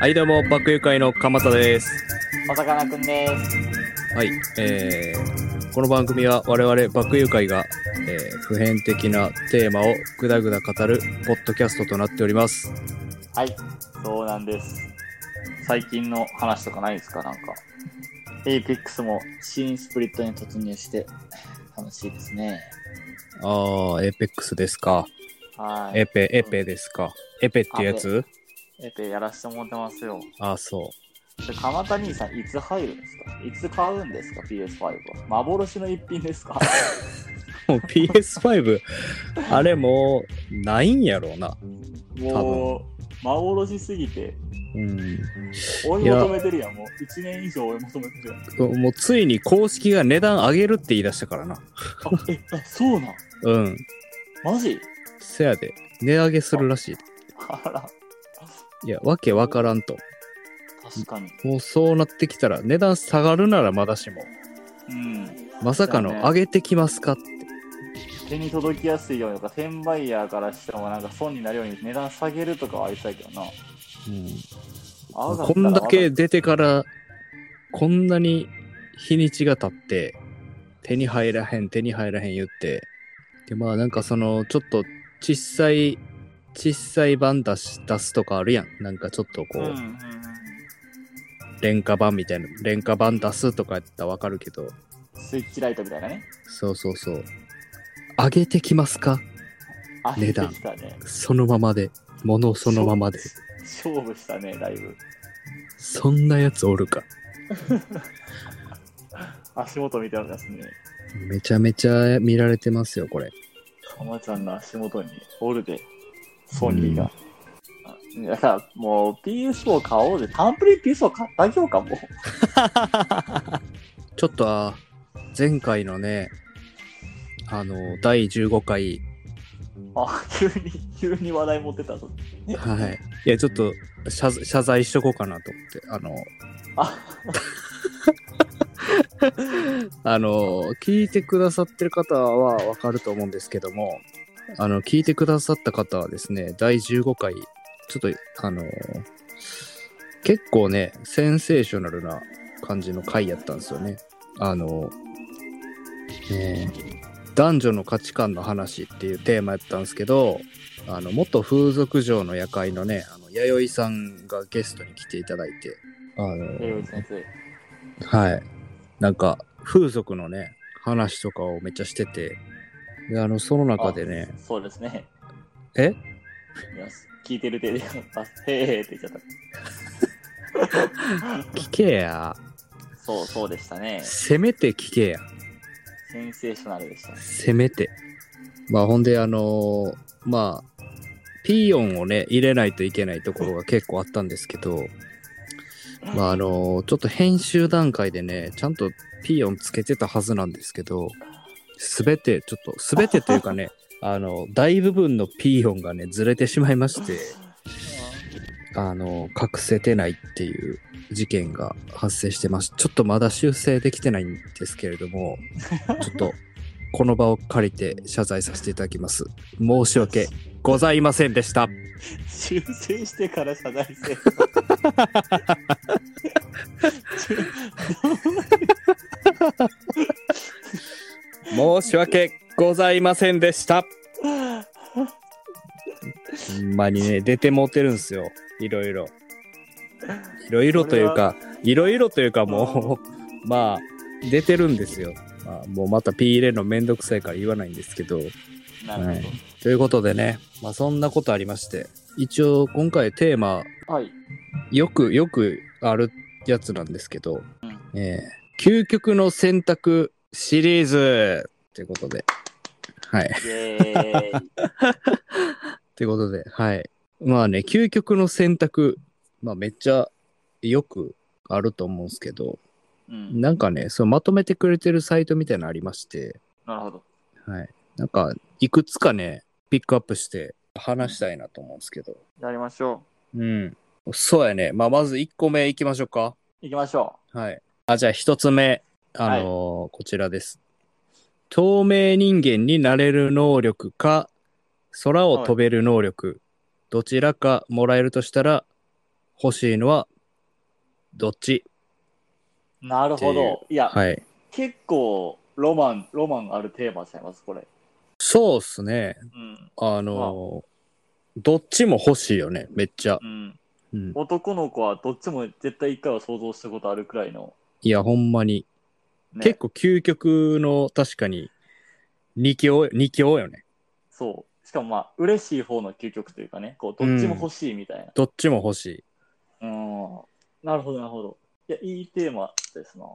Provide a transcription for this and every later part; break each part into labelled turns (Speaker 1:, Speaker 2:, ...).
Speaker 1: はい、どうも、爆友会の鎌田です。
Speaker 2: おさかなくんです。
Speaker 1: はい、えー、この番組は我々爆友会が、えー普遍的なテーマをぐだぐだ語るポッドキャストとなっております。
Speaker 2: はい、そうなんです。最近の話とかないですかなんか。エイピックスも新スプリットに突入して楽しいですね。
Speaker 1: あー、エーペックスですか。
Speaker 2: はい。
Speaker 1: エペ、エペですか。エペってやつ
Speaker 2: エペやらせてもらってますよ。
Speaker 1: あー、そ
Speaker 2: で鎌田兄さん、いつ入るんですかいつ買うんですか ?PS5 は。幻の一品です か
Speaker 1: う。もう PS5、あれもう、ないんやろうな。
Speaker 2: もう、幻すぎて、
Speaker 1: うん。
Speaker 2: 追い求めてるやん。もう1年以上追い求めてるやん。
Speaker 1: もうついに公式が値段上げるって言い出したからな。
Speaker 2: あ、え、あそうなん
Speaker 1: うん。
Speaker 2: マジ
Speaker 1: せやで、値上げするらしい。
Speaker 2: あら、
Speaker 1: いや、わけわからんと。
Speaker 2: 確かに。
Speaker 1: もうそうなってきたら、値段下がるならまだしも、
Speaker 2: うん。
Speaker 1: まさかの
Speaker 2: そうね
Speaker 1: 上げてきますかって。
Speaker 2: 手に届きやすいようにとか、転売ヤーからしてもなんか損になるように値段下げるとかはありそうやけどな。上がったら
Speaker 1: こんだけ
Speaker 2: 上が
Speaker 1: 出てから、こんなに日にちが経って、手に入らへん、手に入らへん言って。で、まあなんかその、ちょっと小さい、小さい版出し、出すとかあるやん。なんかちょっとこう、
Speaker 2: うんうんうん、
Speaker 1: 廉価版みたいな、廉価版出すとかやったらわかるけど、
Speaker 2: スイッチライトみたいなね。
Speaker 1: そうそうそう。上げてきますか
Speaker 2: あ
Speaker 1: 値段
Speaker 2: 出てきたね。
Speaker 1: そのままで。物そのままで。
Speaker 2: 勝負したね、だいぶ。
Speaker 1: そんなやつおるか。
Speaker 2: 足元見てますね。
Speaker 1: めちゃめちゃ見られてますよ、これ。
Speaker 2: たまちゃんの足元におるで、ソニーが。あだからもう PS4 買おうで、タンプリ PS4 買った評価も。
Speaker 1: ちょっと、あ前回のね、あの、第15回、
Speaker 2: あ、急に、急に話題持ってたぞ。
Speaker 1: はい。いや、ちょっと謝、謝罪しとこうかなと思って、あの、
Speaker 2: あ、
Speaker 1: あの、聞いてくださってる方はわかると思うんですけども、あの、聞いてくださった方はですね、第15回、ちょっと、あの、結構ね、センセーショナルな感じの回やったんですよね。あの、えー男女の価値観の話っていうテーマやったんですけど、あの、元風俗嬢の夜会のね、あの、弥生さんがゲストに来ていただいて、あの、
Speaker 2: ええ先生。
Speaker 1: はい。なんか、風俗のね、話とかをめっちゃしてて、であの、その中でね、
Speaker 2: そうですね。
Speaker 1: え
Speaker 2: いや聞いてる手で、あへーって言っちゃった。
Speaker 1: 聞けや、
Speaker 2: そう、そうでしたね。
Speaker 1: せめて聞けや、
Speaker 2: センセーショナルでしたね。
Speaker 1: せめて。まあ、ほんで、あのーまあ、ピーヨンをね、入れないといけないところが結構あったんですけど、まあ、あのーちょっと編集段階でね、ちゃんとピーヨンつけてたはずなんですけど、すべて、ちょっと、すべてというかね、あの、大部分のピーヨンがね、ずれてしまいまして、あの隠せてないっていう事件が発生してますちょっとまだ修正できてないんですけれどもちょっとこの場を借りて謝罪させていただきます申し訳ございませんでした
Speaker 2: 修正してから謝罪せよ。
Speaker 1: 申し訳ございませんでした ほんまにね出てもうてるんすよいろいろいろいろというかいろいろというかもうまあ出てるんですよ、まあ、もうまた P 入れるのめんどくさいから言わないんですけど
Speaker 2: なる
Speaker 1: ということでね、まあ、そんなことありまして、一応今回テーマ、
Speaker 2: ほど。はい。
Speaker 1: よくよくあるやつなんですけど、
Speaker 2: う
Speaker 1: えー究極の選択シリーズということで、はい。
Speaker 2: イエーイ。
Speaker 1: ということで、はい。まあね、究極の選択、まあめっちゃよくあると思うんですけど、
Speaker 2: う ん、
Speaker 1: なんかね、そうまとめてくれてるサイトみたいなのありまして、
Speaker 2: なるほど。
Speaker 1: はい。なんか、いくつかね、ピックアップして話したいなと思うんですけど、
Speaker 2: やりましょ
Speaker 1: うん。そうやね。まあ、まず1個目いきましょうか。
Speaker 2: う。行きましょ
Speaker 1: はい。あ、じゃあ1つ目。あのーこちらです。透明人間になれる能力か、空を飛べる能力、どちらかもらえるとしたら、欲しいのは、どっち
Speaker 2: なる
Speaker 1: っ
Speaker 2: ほ
Speaker 1: て
Speaker 2: ど。いや、
Speaker 1: はい。
Speaker 2: 結構、ロマン、ロマンあるテーマちゃいます、これ。
Speaker 1: そうっすね。
Speaker 2: うん。
Speaker 1: あのーどっちも欲しいよね、めっちゃ
Speaker 2: う。ん。
Speaker 1: うん、
Speaker 2: 男の子はどっちも絶対一回は想像したことあるくらいの、
Speaker 1: いや、ほんまに。
Speaker 2: ね、
Speaker 1: 結構究極の、確かに、二強、二強よね。
Speaker 2: そう。しかもまあ、嬉しい方の究極というかね、こう、どっちも欲しいみたいな。
Speaker 1: どっちも欲しい。
Speaker 2: うん。なるほど、なるほど。いや、いいテーマですな。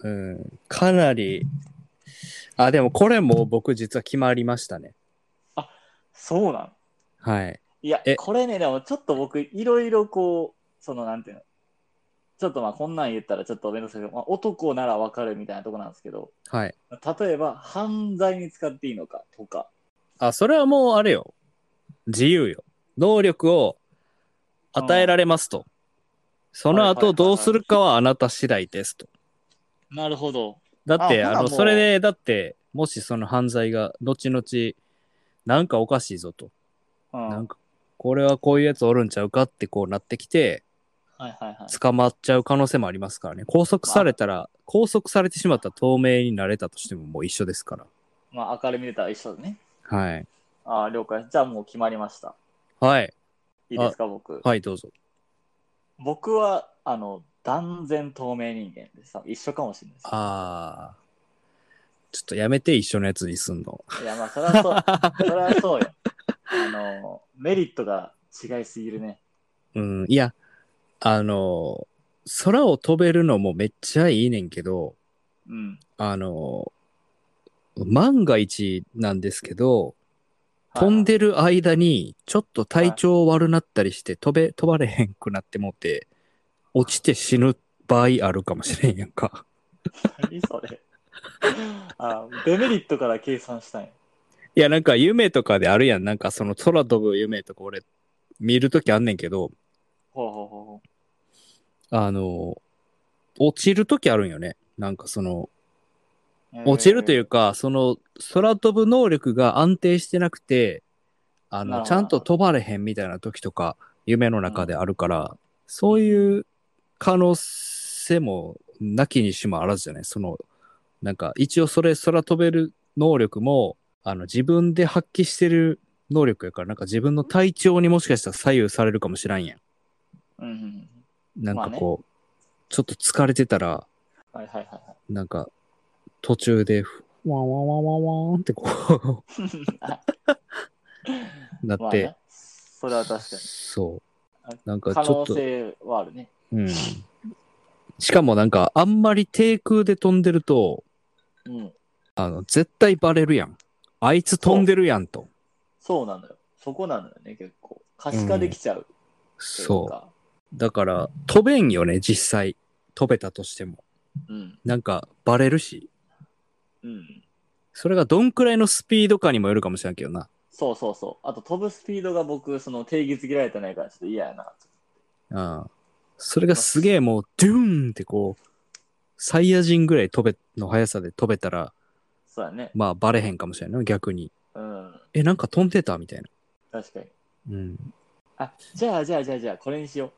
Speaker 1: うん、かなり、あ、でもこれも僕実は決まりましたね。
Speaker 2: そうなん
Speaker 1: はい。
Speaker 2: いや
Speaker 1: え、
Speaker 2: これね、でもちょっと僕、いろいろこう、その、なんていうの、ちょっとまあ、こんなん言ったらちょっと面倒くさいけど、まあ、男ならわかるみたいなとこなんですけど、
Speaker 1: はい。
Speaker 2: 例えば、犯罪に使っていいのかとか、
Speaker 1: あ、それはもうあれよ。自由よ。能力を与えられますと。その
Speaker 2: はいはいはい
Speaker 1: 後
Speaker 2: はい
Speaker 1: どうするかはあなた次第ですと。
Speaker 2: なるほど。
Speaker 1: だって、あ
Speaker 2: あほな
Speaker 1: の、
Speaker 2: もう
Speaker 1: それで、だって、もしその犯罪が後々、なんかおかしいぞと。
Speaker 2: うん。
Speaker 1: な
Speaker 2: は
Speaker 1: ん
Speaker 2: い
Speaker 1: か、これはこういうやつおるんちゃうかってこうなってきて、
Speaker 2: はいはい。
Speaker 1: 捕まっちゃう可能性もありますからね。拘束されたら、拘束されてしまったら透明になれたとしてももう一緒ですから。
Speaker 2: まあ、明るみでたら一緒でね。
Speaker 1: はい。
Speaker 2: ああ、了解。じゃあもう決まりました。
Speaker 1: はい。
Speaker 2: いいですか、僕。
Speaker 1: はい、どうぞ。
Speaker 2: 僕は、あの、断然透明人間です。一緒かもしれないです。
Speaker 1: ああ。ちょっとやめて、一緒のやつにすんの。
Speaker 2: いや、まあ、それはそ う。それはそうよ。あの、メリットが違いすぎるね。
Speaker 1: うん、いや、あの、空を飛べるのもめっちゃいいねんけど、
Speaker 2: うん。
Speaker 1: あの、万が一なんですけど、
Speaker 2: はい
Speaker 1: 飛んでる間に、ちょっと体調悪なったりして、飛べ、飛ばれへんくなってもうて、落ちて死ぬ場合あるかもしれんやんか。
Speaker 2: 何それ。あ、デメリットから計算したんや。
Speaker 1: いや、なんか夢とかであるやん。なんかその空飛ぶ夢とか俺、見るときあんねんけど、
Speaker 2: ほうほうほうほ
Speaker 1: あの、落ちるときあるんよね。なんかその、
Speaker 2: う。えー
Speaker 1: 落ちるというか、その、空飛ぶ能力が安定してなくて、あ
Speaker 2: なる
Speaker 1: の、
Speaker 2: ほど
Speaker 1: ちゃんと飛ばれへんみたいな時とか、夢の中であるから、そういう可能性もなきにしもあらずじゃないその、なんか、一応それ空飛べる能力も、あの、自分で発揮してる能力やから、なんか自分の体調にもしかしたら左右されるかもしらんやん。
Speaker 2: うんうんうん。
Speaker 1: なんか
Speaker 2: まあ
Speaker 1: こう、ちょっと疲れてたら、
Speaker 2: はいはいはいはい。
Speaker 1: なんか、途中で、ふワンワンワンワンワンってこう、 な
Speaker 2: ま
Speaker 1: っ
Speaker 2: あ
Speaker 1: て、
Speaker 2: ね、それは確か
Speaker 1: そう
Speaker 2: あ。
Speaker 1: なんか
Speaker 2: に。
Speaker 1: ち
Speaker 2: 可
Speaker 1: ょっ
Speaker 2: 能
Speaker 1: と、
Speaker 2: 性はあるね。
Speaker 1: うん。しかもなんか、あんまり低空で飛んでると、
Speaker 2: うん。
Speaker 1: あの、絶対バレるやん。あいつ飛んでるやんと。
Speaker 2: そうなのよ。そこなのよね、結構。可視化できちゃうという
Speaker 1: そう。
Speaker 2: か。
Speaker 1: だから、飛べんよね、実際。飛べたとしても。
Speaker 2: うん。
Speaker 1: なんか、バレるし。
Speaker 2: うん。
Speaker 1: それがどんくらいのスピードかにもよるかもしれんけどな。
Speaker 2: そうそうそう。あと飛ぶスピードが僕、その定義づけられてないからちょっと嫌やな。
Speaker 1: うん。それがすげえもう、ドゥーンってこう、サイヤ人ぐらい飛べ、の速さで飛べたら、
Speaker 2: そうやね。
Speaker 1: まあバレへんかもしれない逆に。
Speaker 2: うん。
Speaker 1: え、なんか飛んでたみたいな。
Speaker 2: 確かに。
Speaker 1: うん。
Speaker 2: あ、じゃあじゃあじゃあじゃあ、これにしよ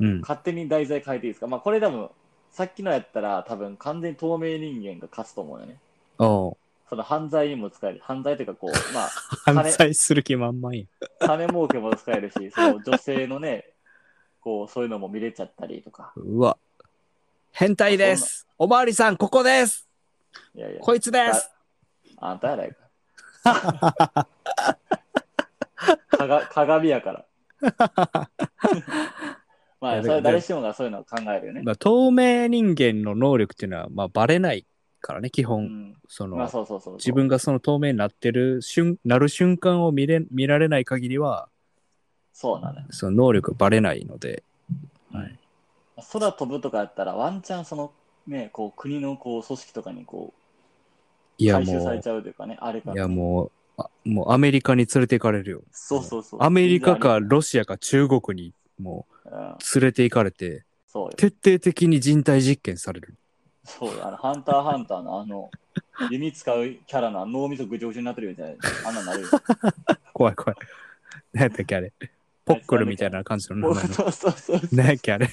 Speaker 2: う。
Speaker 1: うん。
Speaker 2: 勝手に題材変えていいですかまあこれ多分、さっきのやったら多分完全に透明人間が勝つと思うよね。
Speaker 1: おう
Speaker 2: その犯罪にも使える。犯罪というかこう、まあ、
Speaker 1: 犯罪する気満々や。
Speaker 2: 金儲けも使えるし、その女性のね、こう、そういうのも見れちゃったりとか。
Speaker 1: うわ。変態です。おまわりさん、ここです。
Speaker 2: いやいや。
Speaker 1: こいつです。
Speaker 2: あんたやないか。かが 鏡やから。
Speaker 1: い
Speaker 2: ま
Speaker 1: やだから
Speaker 2: あ、それは誰しもがそういうのを考えるよね。
Speaker 1: まあ、透明人間の能力っていうのは、まあ、バレないからね、基
Speaker 2: う
Speaker 1: 本。
Speaker 2: ん、
Speaker 1: その、
Speaker 2: まあ、そうそうそうそう。
Speaker 1: 自分がその透明になってる瞬、なる瞬間を見れ、見られない限りは、
Speaker 2: そうなのよ。
Speaker 1: その能力バレないので。はい
Speaker 2: 空飛ぶとかやったら、ワンチャンその、ね、こう、国のこう、組織とかにこ、
Speaker 1: いうや、
Speaker 2: 回収
Speaker 1: も
Speaker 2: さ
Speaker 1: う
Speaker 2: れ、ちゃうというかね、あれから、
Speaker 1: いや、もう、あもうアメリカに連れて行かれるよ。
Speaker 2: そうそうそう。
Speaker 1: アメリカか
Speaker 2: 全
Speaker 1: ロシアか中国に、も
Speaker 2: 然あり。うん、
Speaker 1: う、連れて行かれて、
Speaker 2: そうよ。
Speaker 1: 徹底的に人体実験される。
Speaker 2: そうよあの、ハンターハンターのあの、弓使うキャラの脳みそぐちょぐちょになってるみたいな、あんなんなるよ。
Speaker 1: 怖い怖い。何やったっけあ れ。ポックルみたいな感じの名前の。
Speaker 2: そうそうそうそう。
Speaker 1: 何やっけあ れ。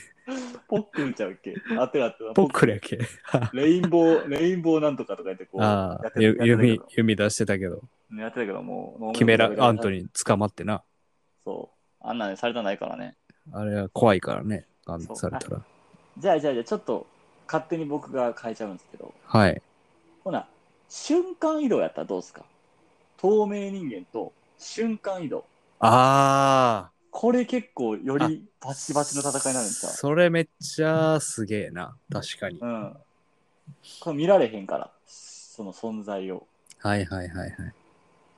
Speaker 2: ポックルちゃうっけあってるあってる
Speaker 1: ポックルやっけ。あ
Speaker 2: レインボー、レインボーなんとかとか言ってこう、
Speaker 1: あ
Speaker 2: やっ、て
Speaker 1: ゆ
Speaker 2: たやって
Speaker 1: 弓
Speaker 2: たけ、
Speaker 1: 弓出してたけど、
Speaker 2: どやってたけどもう、
Speaker 1: キメラ、アント
Speaker 2: ー。
Speaker 1: に捕まってな。
Speaker 2: そう。あんなね、されたないからね。
Speaker 1: あれは怖いからね、ガンされたら。
Speaker 2: じゃあじゃあじゃあ、ちょっと勝手に僕が変えちゃうんですけど、
Speaker 1: はい。
Speaker 2: ほな、瞬間移動やったらどうですか透明人間と瞬間移動。
Speaker 1: あ
Speaker 2: これ結構より
Speaker 1: あ。
Speaker 2: バチバチの戦いになるんちゃう
Speaker 1: それめっちゃすげえな。確かに。
Speaker 2: うん。これ見られへんから、その存在を。
Speaker 1: はいはいはいはい。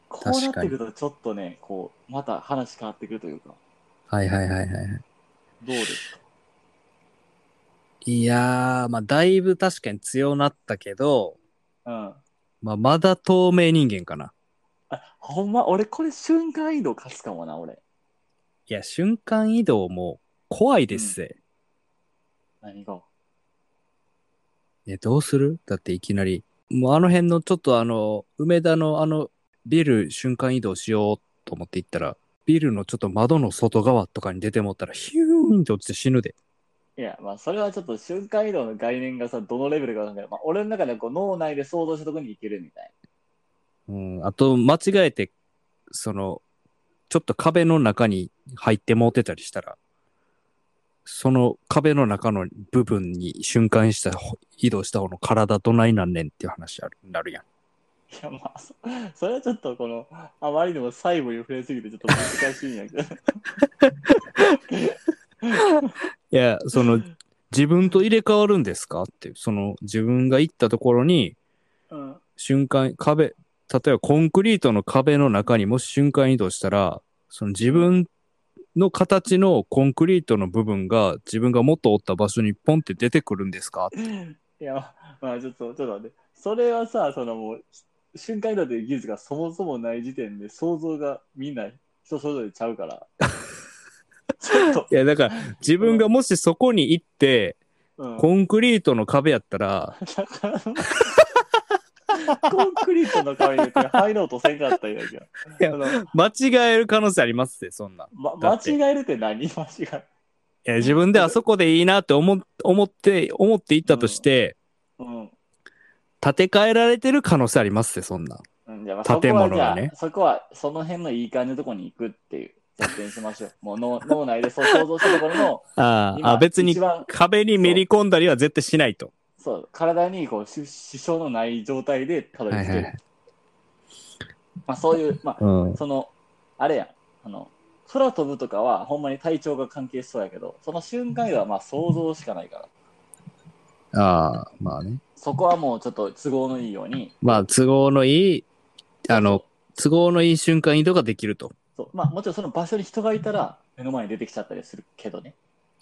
Speaker 2: こ
Speaker 1: かに
Speaker 2: うなってくると、ちょっとね、こう、また話変わってくるというか、
Speaker 1: はいはいはいはい。
Speaker 2: どうですか
Speaker 1: いやー、まあ、だいぶ確かに強なったけど、
Speaker 2: うん。
Speaker 1: まあ、まだ透明人間かな。
Speaker 2: あ、ほんま、俺これ瞬間移動勝つかもな、俺。
Speaker 1: いや、瞬間移動も怖いですぜ。
Speaker 2: 何が
Speaker 1: え、どうするだっていきなり。もうあの辺のちょっとあの、梅田のあの、ビル瞬間移動しようと思って行ったら、ビルのちょっと窓の外側とかに出てもったら、ヒューンって落ちて死ぬで。
Speaker 2: いや、まあ、それはちょっと瞬間移動の概念がさ、どのレベルかわかんないけど、まあ、俺の中ではこう脳内で想像したところに行けるみたい
Speaker 1: うん、あと、間違えて、その、ちょっと壁の中に入ってもうてたりしたら、その壁の中の部分に瞬間した方移動した方の体どないなんねんっていう話あるなるやん。
Speaker 2: な。いや、まあ、そ それはちょっとこの、あまりにも細部に触れすぎてちょっと難しいんやけど。
Speaker 1: いや、そ の、自分と入れ替わるんですかっていう、その自分が行ったところに
Speaker 2: うん。
Speaker 1: 瞬間、壁、例えばコンクリートの壁の中にもし瞬間移動したら、その自分の形のコンクリートの部分が自分が元おった場所にポンって出てくるんですか
Speaker 2: いや、まあちょっと、ちょっと待って。それはさ、そのもう、瞬間移動という技術がそもそもない時点で想像がみんな人それぞれちゃうから。 ちょっと
Speaker 1: い、や、だから自分がもしそこに行って、
Speaker 2: うん。
Speaker 1: コンクリートの壁やったら、
Speaker 2: だから コンクリートの壁に入ろうとせんかったんやけど。
Speaker 1: いや
Speaker 2: あの
Speaker 1: 間違える可能性ありますぜ、そんなん。い
Speaker 2: ま、
Speaker 1: だ
Speaker 2: 間
Speaker 1: って
Speaker 2: 違えるって何 間違え
Speaker 1: や、自分であそこでいいなって思思って、思って行ったとして、
Speaker 2: うん
Speaker 1: 建て替えられてる可能性ありますぜ、そんなん。
Speaker 2: うん。じゃあまあそこ
Speaker 1: 建
Speaker 2: は
Speaker 1: 物
Speaker 2: じゃ
Speaker 1: が
Speaker 2: あ、
Speaker 1: ね
Speaker 2: そこはその辺のいい感じのところに行くっていう設定にし ましょう。もう脳脳内でそう想像したところの、
Speaker 1: あ
Speaker 2: 今
Speaker 1: あ、別に
Speaker 2: 一番
Speaker 1: 壁にめり込んだりは絶対しないと。
Speaker 2: そう、体にこう支支障のない状態でたどり着ける。
Speaker 1: はいはいは
Speaker 2: まあそういう、ま
Speaker 1: う
Speaker 2: あ、
Speaker 1: ん。
Speaker 2: その、あれやん、あの、空飛ぶとかはほんまに体調が関係しそうやけど、その瞬間移動はまあ想像しかないから、
Speaker 1: ああ、まあね。
Speaker 2: そこはもうちょっと都合のいいように、
Speaker 1: まあ、都合のいい、あの、都合のいい瞬間移動ができると。
Speaker 2: そうまあもちろんその場所に人がいたら目の前に出てきちゃったりするけどね。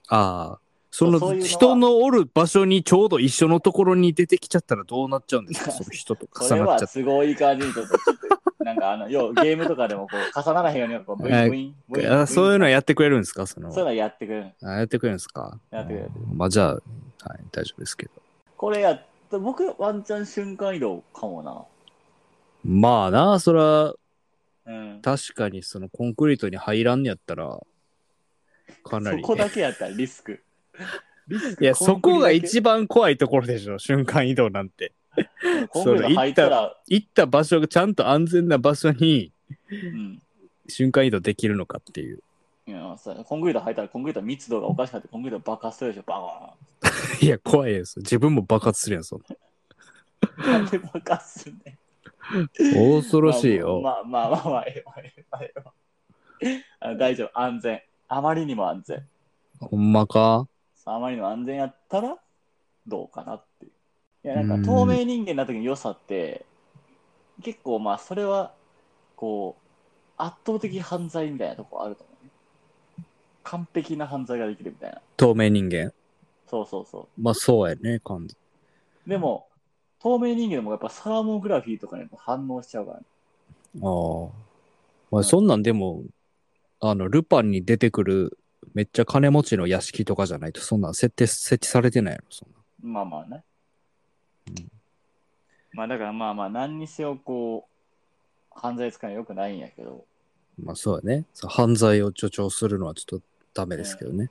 Speaker 1: ああ。そ
Speaker 2: そうそう
Speaker 1: の
Speaker 2: いうのは
Speaker 1: 人のおる場所にちょうど一緒のところに出てきちゃったらどうなっちゃうん ですかその人と
Speaker 2: そ
Speaker 1: 重
Speaker 2: れ
Speaker 1: なっ
Speaker 2: は
Speaker 1: ちゃって。
Speaker 2: すごいいい感じにちょっと、ちょっとなんかあ の、要はゲームとかでもこう重ならへんようにこうブインブインブインブイン
Speaker 1: あそういうの
Speaker 2: や
Speaker 1: やってくれるんですかその
Speaker 2: そういうのはやってくれる。
Speaker 1: あやってくれるんですか
Speaker 2: やってくれる
Speaker 1: うんまあじゃあ、はい、大丈夫ですけど。
Speaker 2: これやっと、僕ワンチャン瞬間移動かもな。
Speaker 1: まあな、そら、
Speaker 2: うん、
Speaker 1: 確かにそのコンクリートに入らんねやったら、かな
Speaker 2: そ
Speaker 1: り、
Speaker 2: こだけやったらリ スク。リスク
Speaker 1: いや、そこが一
Speaker 2: 番。
Speaker 1: 番怖いところでしょ、瞬間移動なんて。
Speaker 2: コンクリート入ったら、
Speaker 1: 行った場所がちゃんと安全な場所に
Speaker 2: うん。
Speaker 1: 瞬間移動できるのかっていう。
Speaker 2: いやそうコンクリート入ったらコンクリートの密度がおかしくなってコンクリート爆発するでしょ、バ
Speaker 1: いや、怖いです。自分も爆発するやん、そんな。
Speaker 2: ーンなんで爆発するね。
Speaker 1: 恐ろしいよ。
Speaker 2: まあまあまあまあまあ、ええわええわええわあの大丈夫、安全。あまりにも安全。
Speaker 1: ほんまか
Speaker 2: あまりにも安全やったら、どうかなっていう。いや、なんか透明人間な時の良さって、結構まあ、それは、こう、圧倒的犯罪みたいなとこあると思うね。完璧な犯罪ができるみたいな。
Speaker 1: 透明人間。
Speaker 2: そうそうそ
Speaker 1: まあ、そうやね、感じ。
Speaker 2: う。でも、透明人間でもやっぱサーモングラフィーとかにも反応しちゃうから、ね、
Speaker 1: ああ。まあ、そんなんでも、あの、ルパンに出てくる、めっちゃ金持ちの屋敷とかじゃないと、そんなん設定、設置されてないやろ、そんなん。
Speaker 2: まあまあね。
Speaker 1: うん
Speaker 2: まあだからまあまあ、何にせよこう、犯罪使いは良くないんやけど、
Speaker 1: まあそうだね。そう犯罪を助長するのはちょっとダメですけどね。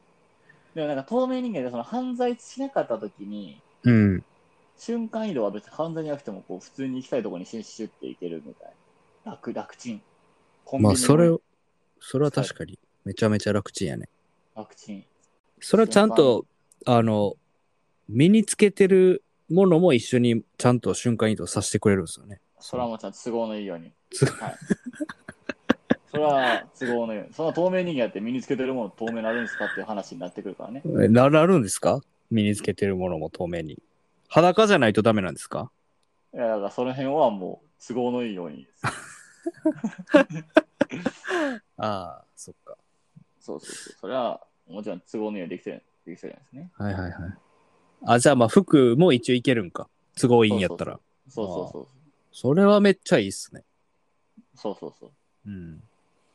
Speaker 2: でもなんか透明人間でその犯罪しなかった時に、
Speaker 1: うん。
Speaker 2: 瞬間移動は別に犯罪じゃなくても、こう、普通に行きたいところにシュッシュッって行けるみたいな。楽、楽ちん。コンビニ
Speaker 1: ま
Speaker 2: の
Speaker 1: あそれを、それは確かにめちゃめちゃ楽ちんやね。
Speaker 2: 楽ちん。
Speaker 1: それはちゃんと、あの、身につけてるものも一緒にちゃんと瞬間移動させてくれるんですよね。
Speaker 2: それはもうちゃんと都合のいいように。
Speaker 1: 都
Speaker 2: はい。それは都合のいい。その透明人間やって身につけてるもの透明になるんですかっていう話になってくるからね。
Speaker 1: えななるんですか身につけてるものも透明に。裸じゃないとダメなんですか
Speaker 2: いや、だからその辺はもう都合のいいように。
Speaker 1: ああ、そっか。
Speaker 2: そうそうそう。それはもちろん都合のいいようにできてる、できてるんですね。
Speaker 1: はいはいはい。あ、じゃあまあ服も一応いけるんか。都合いいんやったら。
Speaker 2: そうそうそう。
Speaker 1: それはめっちゃいいっすね。
Speaker 2: そうそうそう。
Speaker 1: うん。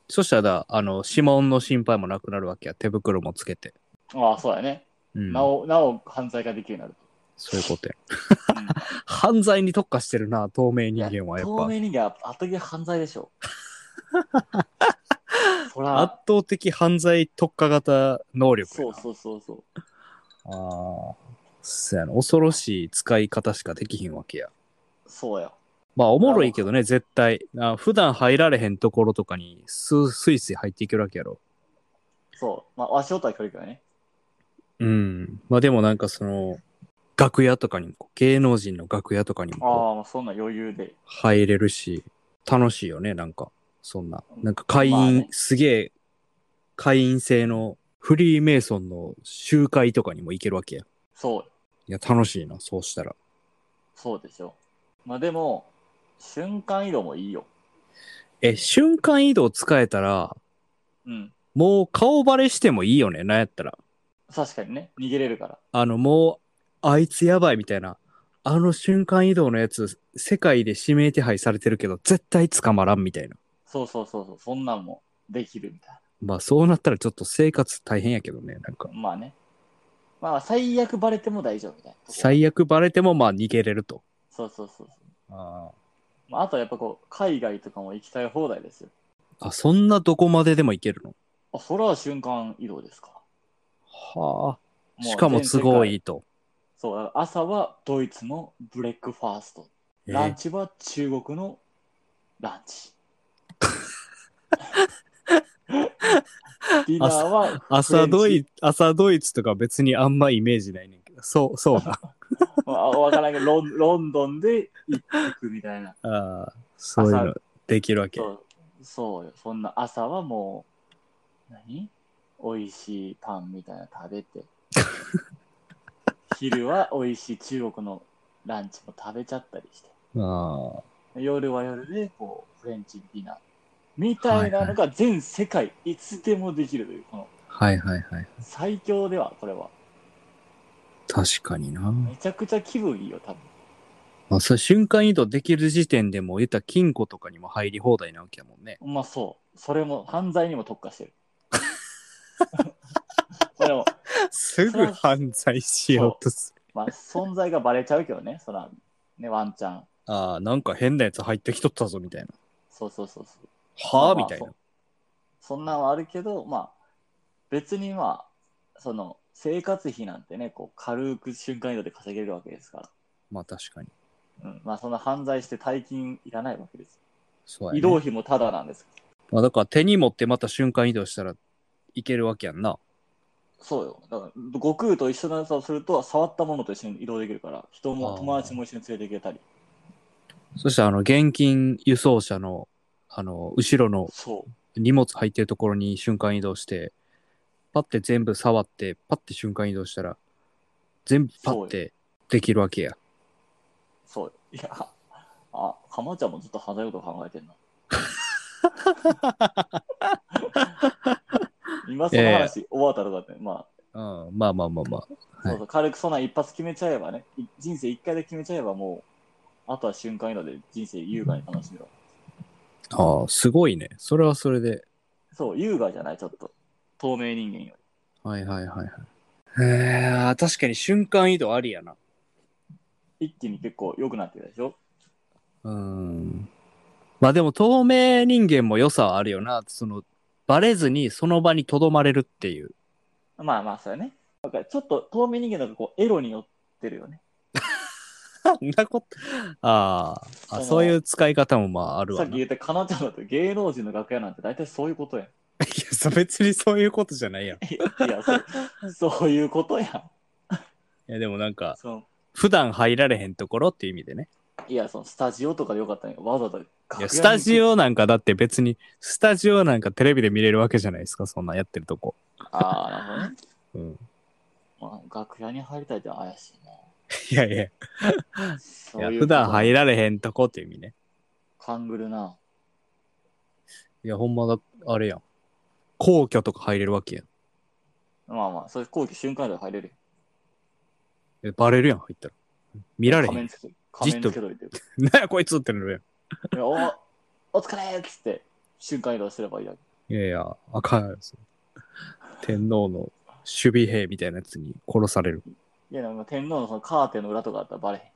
Speaker 1: そしたらだ、あの、指紋の心配もなくなるわけや。手袋もつけて。
Speaker 2: ああ、そうやね。
Speaker 1: うん。
Speaker 2: なお、なお犯罪ができるように
Speaker 1: そういうことや。
Speaker 2: なると。
Speaker 1: 犯罪に特化してるな、透明
Speaker 2: い
Speaker 1: 人
Speaker 2: や
Speaker 1: 間はやっ
Speaker 2: 透
Speaker 1: ぱ。
Speaker 2: 明人間は圧倒的に犯罪で しょ。
Speaker 1: 圧
Speaker 2: そら、
Speaker 1: 倒的犯罪特化型能力や
Speaker 2: そ
Speaker 1: な
Speaker 2: うそうそうそう。
Speaker 1: ああ。そうやな。恐ろしい使い方しかできひんわけや。
Speaker 2: そうよ。
Speaker 1: まあ、おもろいけどね、絶対。あ普段入られへんところとかに、す、スイスイ入っていけるわけやろ。
Speaker 2: そう。まあ、足音は距離がね。
Speaker 1: うん。まあ、でもなんかその、楽屋とかにも、芸能人の楽屋とかにもこう、
Speaker 2: ああ、もうそんな余裕で。
Speaker 1: 入れるし、楽しいよね、なんか。そんな。なんか会員、
Speaker 2: まあね
Speaker 1: すげえ、会員制のフリーメイソンの集会とかにも行けるわけや。
Speaker 2: そう。
Speaker 1: いや、楽しいな、そうしたら。
Speaker 2: そうでしょ。まあでも、瞬間移動もいいよ。
Speaker 1: え、瞬間移動使えたら、
Speaker 2: うん。
Speaker 1: もう顔バレしてもいいよね、なんやったら。
Speaker 2: 確かにね、逃げれるから。
Speaker 1: あの、もう、あいつやばいみたいな。あの瞬間移動のやつ、世界で指名手配されてるけど、絶対捕まらんみたいな。
Speaker 2: そうそうそうそう、そんなんもできるみたい
Speaker 1: まあ、そうなったらちょっと生活大変やけどね、なんか
Speaker 2: な。。まあね。まあ、最悪バレても大丈夫みたいな。
Speaker 1: 最悪バレても、まあ、逃げれると。
Speaker 2: そうそうそうそう。
Speaker 1: あ
Speaker 2: まあ、あとはやっぱこう、海外とかも行きたい放題ですよ。
Speaker 1: そんなどこまででもいけるの
Speaker 2: あ、それは瞬間移動ですか。
Speaker 1: はあ。
Speaker 2: もう
Speaker 1: しかも都合い
Speaker 2: 全世界
Speaker 1: いと。
Speaker 2: そう、だから朝はドイツのブレックファースト。
Speaker 1: え
Speaker 2: ランチは中国のラン チ。ディナーは
Speaker 1: 朝ド
Speaker 2: フレン
Speaker 1: イ、朝ドイツとか別にあんまイメージないねんけど。そう、そうな。
Speaker 2: チ。まあわからんけど、ロンロンドンで一服みたいな。
Speaker 1: ああ、そういうのできるわけ
Speaker 2: そ。うそうよ。そんな朝はもう、何美味しいパンみたいなの食べて。昼は美味しい中国のランチも食べちゃったりして。
Speaker 1: ああ。
Speaker 2: 夜は夜でこうフレンチディナーみたいなのが全世界いつでもできるというこの
Speaker 1: はいはいはい。
Speaker 2: 最強ではこれは
Speaker 1: 確かにな。
Speaker 2: めちゃくちゃ気分いいよ多分
Speaker 1: まあ、それ瞬間移動できる時点でもう言ったら金庫とかにも入り放題なわけやもんね。
Speaker 2: まあそうそれも犯罪にも特化してるこれも、
Speaker 1: すぐ犯罪しようとする。
Speaker 2: まあ、存在がバレちゃうけどねそらねワンチャン
Speaker 1: ああ、なんか変なやつ入ってきとったぞみたいな。
Speaker 2: そうそうそうそう
Speaker 1: はあ
Speaker 2: まあ
Speaker 1: みたいな。
Speaker 2: そんなんはあるけどまあ別にまあその生活費なんてねこう軽く瞬間移動で稼げるわけですから
Speaker 1: まあ確かに。
Speaker 2: うん、まあそんな犯罪して大金いらないわけです。
Speaker 1: そうや、ね。
Speaker 2: 移動費もタダなんです。
Speaker 1: まあだから手に持ってまた瞬間移動したらいけるわけやんな。
Speaker 2: そうよ。だから悟空と一緒のやつをすると触ったものと一緒に移動できるから、人
Speaker 1: あ
Speaker 2: も
Speaker 1: ー
Speaker 2: 友達も一緒に連れて行けたり。
Speaker 1: そしたらあの現金輸送車のあの後ろの
Speaker 2: そう。
Speaker 1: 荷物入ってるところに瞬間移動して、パッて全部触って、パッて瞬間移動したら、全部パッてできるわけや。
Speaker 2: そうよ。いや、あ、かまちゃんもずっと犯罪のこと考えて んな。今その話終わったとかって、ま
Speaker 1: うん、まあまあまあまあ。
Speaker 2: あ、そうそう軽くそんなん一発決めちゃえばね、い人生一回で決めちゃえばもう、あとは瞬間移動で人生優雅に楽しめるわ。
Speaker 1: ああ、すごいね。それはそれで。
Speaker 2: そう、優雅じゃない、ちょっと。透明人間より。
Speaker 1: はいはいはいはい。へえ、確かに瞬間移動ありやな。
Speaker 2: 一気に結構良くなってるでしょ
Speaker 1: うん。まあでも透明人間も良さはあるよな。その、バレずにその場に留まれるっていう。
Speaker 2: まあまあ、そうやね。だからちょっと透明人間の方がこうエロに寄ってるよね。
Speaker 1: そんなこと。あーあ、
Speaker 2: その
Speaker 1: そういう使い方もまあある
Speaker 2: さ
Speaker 1: わ
Speaker 2: っき
Speaker 1: な。い
Speaker 2: 言ったかなちゃんだと芸能人の楽屋なんて大体そういうことやん。
Speaker 1: や、そう別にそう いうことじゃないやん。い
Speaker 2: いやいや そう、そういうことやん。
Speaker 1: や、でもなんか、
Speaker 2: その
Speaker 1: 普段入られへんところっていう意味でね。
Speaker 2: いや、そのスタジオとかでよかったんやけどわざわざ楽
Speaker 1: い
Speaker 2: 屋に行
Speaker 1: や、
Speaker 2: く
Speaker 1: スタジオなんかだって別に、スタジオなんかテレビで見れるわけじゃないですか、そんなやってるとこ。
Speaker 2: ああ、なるほどね。
Speaker 1: うん。
Speaker 2: まあ、楽屋に入りたいって怪しいな。
Speaker 1: いやいや、い
Speaker 2: そう
Speaker 1: や
Speaker 2: いう
Speaker 1: 普段入
Speaker 2: る。
Speaker 1: られへんとこっていう意味ね。
Speaker 2: 勘ぐるな。
Speaker 1: いや、ほんまだ、あれやん。皇居とか入れるわけやん
Speaker 2: まあまあ、そういう後期瞬間で入れるよ。
Speaker 1: え。バレるやん、入ったら。見られへ
Speaker 2: 仮面
Speaker 1: ん。
Speaker 2: つけ仮面つけといて。
Speaker 1: なやこいつってなる
Speaker 2: いやおお疲れっつって瞬間移動すればいいだけ。
Speaker 1: やん。いやいや、あかんやろそれ天皇の守備兵みたいなやつに殺さ れる。
Speaker 2: いや、なんか天皇のそのカーテンの裏とかあったらバレ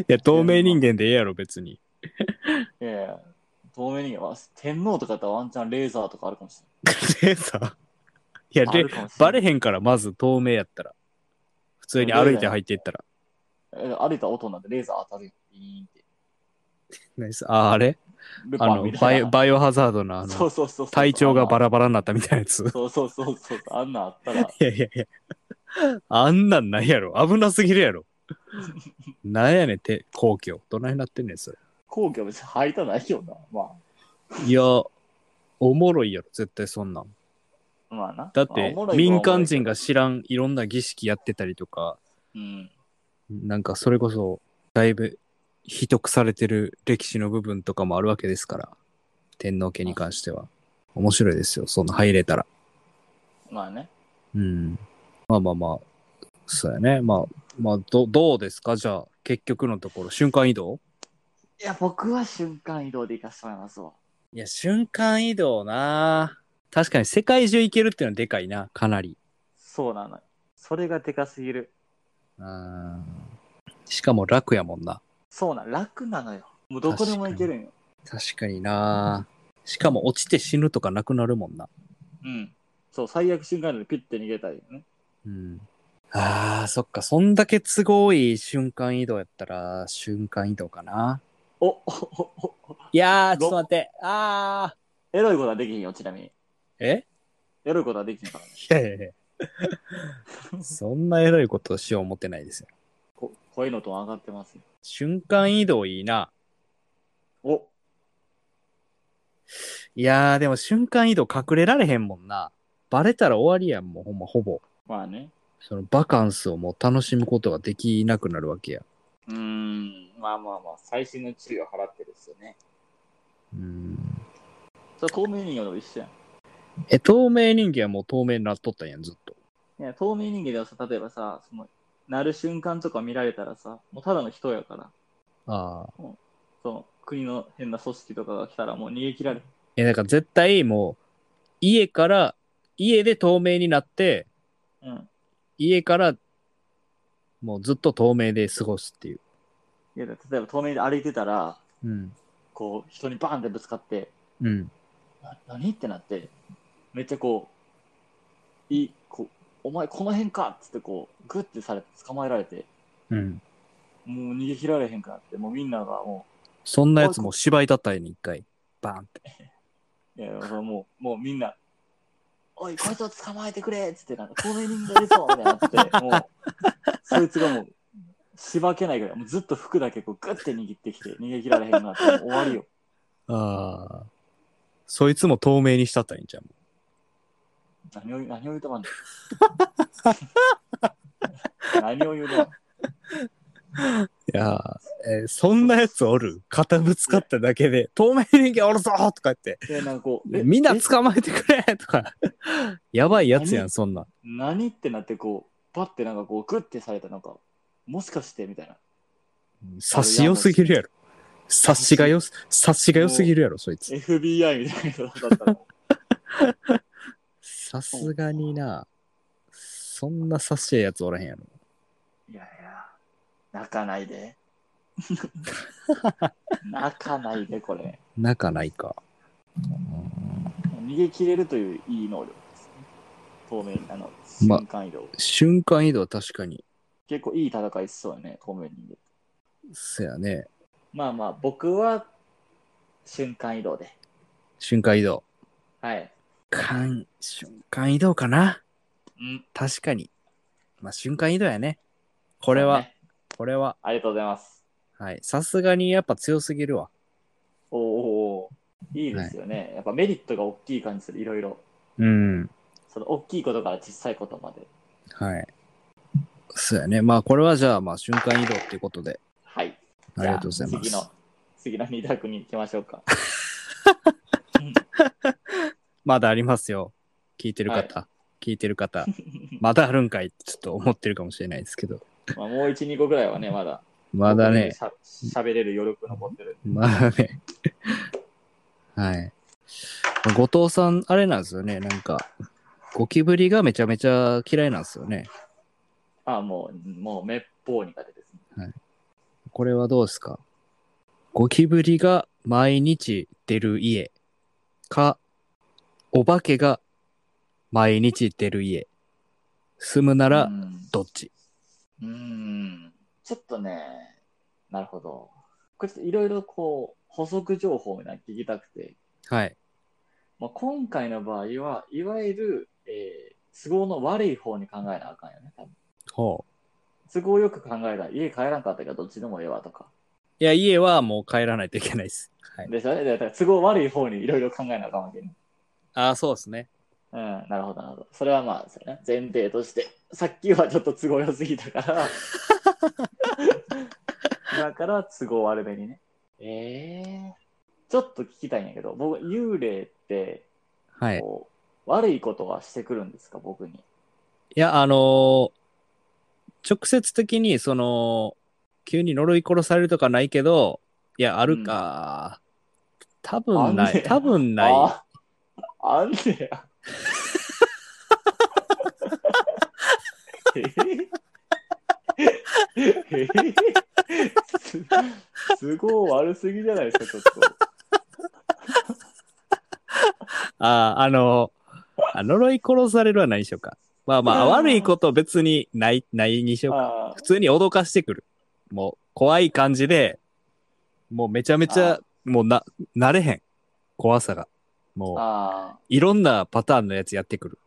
Speaker 1: いや、透明人間でええやろ、別に。
Speaker 2: へん。いやいや、透明人間は天皇とかだったらワンチャンレーザーとかあるかもし
Speaker 1: レーザーいや、
Speaker 2: れな
Speaker 1: レ
Speaker 2: い。あるかもしれな
Speaker 1: バ
Speaker 2: い
Speaker 1: レへんから、まず透明やったら。普通に歩いて入っていったら。
Speaker 2: え歩いたら音なんでレーザー当たるよ。ビーンって。
Speaker 1: ナイスあ、あれ
Speaker 2: ル
Speaker 1: あ
Speaker 2: パン
Speaker 1: の
Speaker 2: みた
Speaker 1: バ
Speaker 2: い
Speaker 1: イオ、
Speaker 2: な。
Speaker 1: バイオハザードのあ
Speaker 2: そ
Speaker 1: の、
Speaker 2: うそうそうそう。
Speaker 1: 体調がバラバラになったみたいなやつ。 い
Speaker 2: そうそうそうそう。あんなんあったら、
Speaker 1: やいやいや。あんなんないやろ。危なすぎるやろ。なんやねん、て、皇居。どないなってんねん、それ。
Speaker 2: 皇居は別に入りたないよな。ま
Speaker 1: いや、おもろいやろ、絶対そんなん。
Speaker 2: あ、まあな。
Speaker 1: だっ
Speaker 2: まあお
Speaker 1: て
Speaker 2: もろ、い
Speaker 1: 民間人
Speaker 2: は
Speaker 1: が知らんいろんな儀式やってたりとか、
Speaker 2: おもろいけど。
Speaker 1: なんかそれこそ、だいぶ、秘匿されてる歴史の部分とかもあるわけですから、天皇家に関しては。面白いですよ、そんな入れたら。
Speaker 2: うん。まあね。
Speaker 1: うん。まあまあまあ、そうやね。まあ、まあ、ど、どうですかじゃあ、結局のところ、瞬間移動
Speaker 2: いや、僕は瞬間移動で行かせてもらいますわ。
Speaker 1: いや、瞬間移動な確かに世界中行けるっていうのはでかいな、かなり。
Speaker 2: そうなのよ。それがでかすぎる。
Speaker 1: うんしかも楽やもんな。
Speaker 2: そうなん、楽なのよ。もうどこでも行けるんよ。
Speaker 1: 確かにな。しかも落ちて死ぬとかなくなるもんな。
Speaker 2: うん。そう、最悪瞬間移動でピッて逃げたいよね。
Speaker 1: うん。ああ、そっか。そんだけ都合いい瞬間移動やったら、瞬間移動かな。
Speaker 2: おおおおお
Speaker 1: いやー、ちょっと待って。ああ。
Speaker 2: エロいことはできひんよ、ちなみに。
Speaker 1: え
Speaker 2: エロいことはできひんからね。
Speaker 1: いやいやいや。そんなエロいことしよう思ってないですよ。
Speaker 2: こ声のトーン上がってますよ。
Speaker 1: 瞬間移動いいな。
Speaker 2: お
Speaker 1: いやー、でも瞬間移動隠れられへんもんな。バレたら終わりやん、もうほんまほぼ。
Speaker 2: まあね。
Speaker 1: そのバカンスをもう楽しむことができなくなるわけや。
Speaker 2: うーん。まあまあまあ、最新の注意を払ってですよね。
Speaker 1: うん
Speaker 2: それ透明人間と一緒やん。
Speaker 1: え、透明人間はもう透明になっとったんやん、ずっと。
Speaker 2: いや、透明人間ではさ、例えばさ、その、なる瞬間とか見られたらさ、もうただの人やから、
Speaker 1: ああ。
Speaker 2: その、国の変な組織とかが来たらもう逃げ切られる。
Speaker 1: え、だから絶対もう、家から、家で透明になって、
Speaker 2: うん。
Speaker 1: 家から、もうずっと透明で過ごすっていう。
Speaker 2: いや、例えば透明で歩いてたら、
Speaker 1: うん。
Speaker 2: こう、人にバーンってぶつかって、
Speaker 1: うん。
Speaker 2: な何ってなって、めっちゃこう、いい、こう、お前この辺かっつってこう、グッてされて捕まえられて、
Speaker 1: うん。
Speaker 2: もう逃げ切られへんくなって、もうみんながも
Speaker 1: そんなやつもう芝居立ったんやに一回。バーンって。
Speaker 2: う、いや、もう、もうみんな、おい、こいつを捕まえてくれっつって、なんか透明人間でそうみたいにな って、もう、そいつがもう、しばけないぐらい、もうずっと服だけこう、グッて握ってきて、逃げ切られへんくなって、もう終わりよ。
Speaker 1: ああ。そいつも透明にしたったんやんじゃん。
Speaker 2: 何を何を言うとまんね ん。何を言うとまんねん
Speaker 1: いやーえーそんなやつおる肩ぶつかっただけで、透明人間おるぞーとか言って、
Speaker 2: でなんかこう、え
Speaker 1: みんな
Speaker 2: え
Speaker 1: 捕まえてくれ とか。やばいやつやん、
Speaker 2: 何
Speaker 1: そんなん。
Speaker 2: 何ってなってこう、パッてなんかこう、グッてされたなんか、もしかしてみたいな。
Speaker 1: 察し良すぎるやろ。察しがよす、察しが良すぎるやろ、そいつ。
Speaker 2: FBI みたいな人だったら、
Speaker 1: さすがにな、そんな察しえやつおらへんやろ。
Speaker 2: いやいや、泣かないで。泣かないで、これ。
Speaker 1: 泣かないか。
Speaker 2: 逃げ切れるといういい能力ですね。透明あの、
Speaker 1: ま
Speaker 2: 瞬間移動。
Speaker 1: 瞬間移動は確かに、
Speaker 2: 結構いい戦いしそうやね、透明人間。
Speaker 1: そやね。
Speaker 2: まあまあ、僕は瞬間移動で。
Speaker 1: 瞬間移動。
Speaker 2: はい。
Speaker 1: 間瞬間移動かな
Speaker 2: うん。
Speaker 1: 確かに。まあ、瞬間移動やね。これは、
Speaker 2: そうね
Speaker 1: これは。
Speaker 2: ありがとうございます。
Speaker 1: はい。さすがにやっぱ強すぎるわ。
Speaker 2: おーおーおーいいですよね、やっぱメリットが大きい感じする、いろいろ。
Speaker 1: うん。
Speaker 2: その大きいことから小さいことまで。
Speaker 1: はい。そうやね。まあ、これはじゃあ、まあ、瞬間移動っていうことで。
Speaker 2: はい。
Speaker 1: ありがとうございます
Speaker 2: じゃあ次の、次の2択に行きましょうか。
Speaker 1: まだありますよ。聞いてる方。聞いてる方。まだあるんかいってちょっと思ってるかもしれないですけど。
Speaker 2: まあ、もう1、2個ぐらいはね、まだ。
Speaker 1: まだね。
Speaker 2: しゃ喋れる余力残ってる。
Speaker 1: まあね。はい。後藤さん、あれなんですよね。なんか、ゴキブリがめちゃめちゃ嫌いなんですよね。
Speaker 2: あ、もう、もう、めっぽう苦手です、ね。
Speaker 1: これはどうですかゴキブリが毎日出る家か、お化けが毎日出る家。住むな
Speaker 2: う
Speaker 1: ら、
Speaker 2: ん
Speaker 1: どっち、
Speaker 2: うーんちょっとね、なるほど。これちょっといろいろこう、補足情報みたいなの聞きたくて、
Speaker 1: はい。
Speaker 2: まあ、今回の場合は、いわゆる、えー都合の悪い方に考えなあかんよね、多分。
Speaker 1: ほう。
Speaker 2: 都合よく考えたら、家帰らんかったからどっちでもええわとか。
Speaker 1: いや、家はもう帰らないといけないです。はい。
Speaker 2: でしょだから都合悪い方にいろいろ考えなあかんわけね。
Speaker 1: ああ、そうですね。
Speaker 2: うん、なるほど、なるほど。それはまあ、そうね、前提として。 さっきはちょっと都合良すぎたから。 だから都合悪めにね。ええちょっと聞きたいんやけど、僕、幽霊って、
Speaker 1: はい。
Speaker 2: こう、悪いことはしてくるんですか、僕に。
Speaker 1: いや、あのー直接的に、その、急に呪い殺されるとかないけど、いや、あるか。多分な
Speaker 2: あんね
Speaker 1: い。
Speaker 2: や
Speaker 1: 多分ない。
Speaker 2: ああんねや。 えーえーす都合悪すぎじゃないですか、ちょっと。
Speaker 1: ああ、あのーあ呪い殺されるは何にしようか。まあまあ、
Speaker 2: うん
Speaker 1: 悪いこと別にない、ないにしようか。
Speaker 2: あ
Speaker 1: 普通に脅かしてくる。もう、怖い感じで、もうめちゃめち
Speaker 2: あ
Speaker 1: ゃ、もうな、慣れへん。怖さが。
Speaker 2: ー
Speaker 1: もう、
Speaker 2: あ
Speaker 1: いろんなパターンのやつやってくる。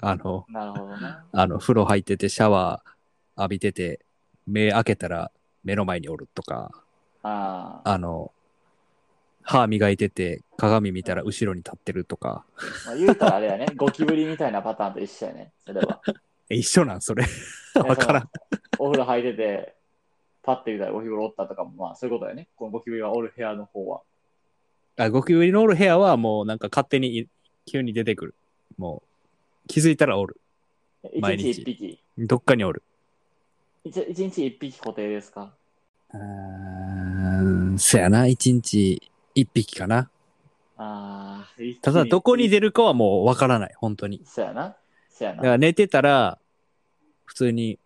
Speaker 1: あのー
Speaker 2: ー、なるほどね。
Speaker 1: あの、風呂入ってて、シャワー浴びてて、目開けたら目の前におるとか、
Speaker 2: ああ、
Speaker 1: あの、歯磨いてて、鏡見たら後ろに立ってるとか、
Speaker 2: まあ、言うたらあれやね、ゴキブリみたいなパターンと一緒やね、それは。
Speaker 1: え、一緒なんそれ。 わからん。
Speaker 2: お風呂入ってて、パッて見たらゴキブリおったとかも、まあそういうことやね。このゴキブリがおる部屋の方は。
Speaker 1: あ、ゴキブリのおる部屋はもうなんか勝手にい急に出てくる。もう、気づいたらおる。
Speaker 2: 一
Speaker 1: 毎
Speaker 2: 日
Speaker 1: 日
Speaker 2: 一匹。
Speaker 1: どっかにおる。
Speaker 2: 一一日一匹固定ですか
Speaker 1: うーん、そやな。一日一匹かな。
Speaker 2: ああ、一日
Speaker 1: ただ、どこに出るかはもうわからない。本当に。
Speaker 2: そうやな。そうや
Speaker 1: だか
Speaker 2: な。
Speaker 1: ら寝てたら、普通に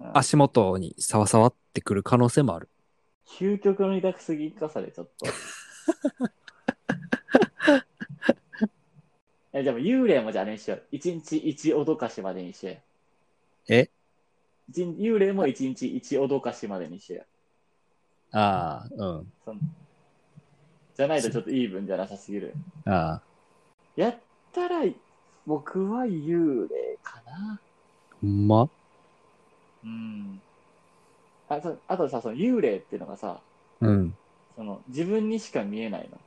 Speaker 2: うん
Speaker 1: 足元にさわさわってくる可能性もある。
Speaker 2: 究極の二択すぎか、それ、ちょっと。 え、でも幽霊もじゃあねしよう。一日一脅かしまでにしよう。
Speaker 1: え
Speaker 2: 一日幽霊も一日一脅かしまでにしよう。
Speaker 1: ああ、うん。
Speaker 2: そのじゃないとちょっとイーブンじゃなさすぎる。
Speaker 1: ああ。
Speaker 2: やったら、僕は幽霊かな。
Speaker 1: ほんま
Speaker 2: うん。あそあとさ、その幽霊っていうのがさ、
Speaker 1: うん。
Speaker 2: その自分にしか見えないの。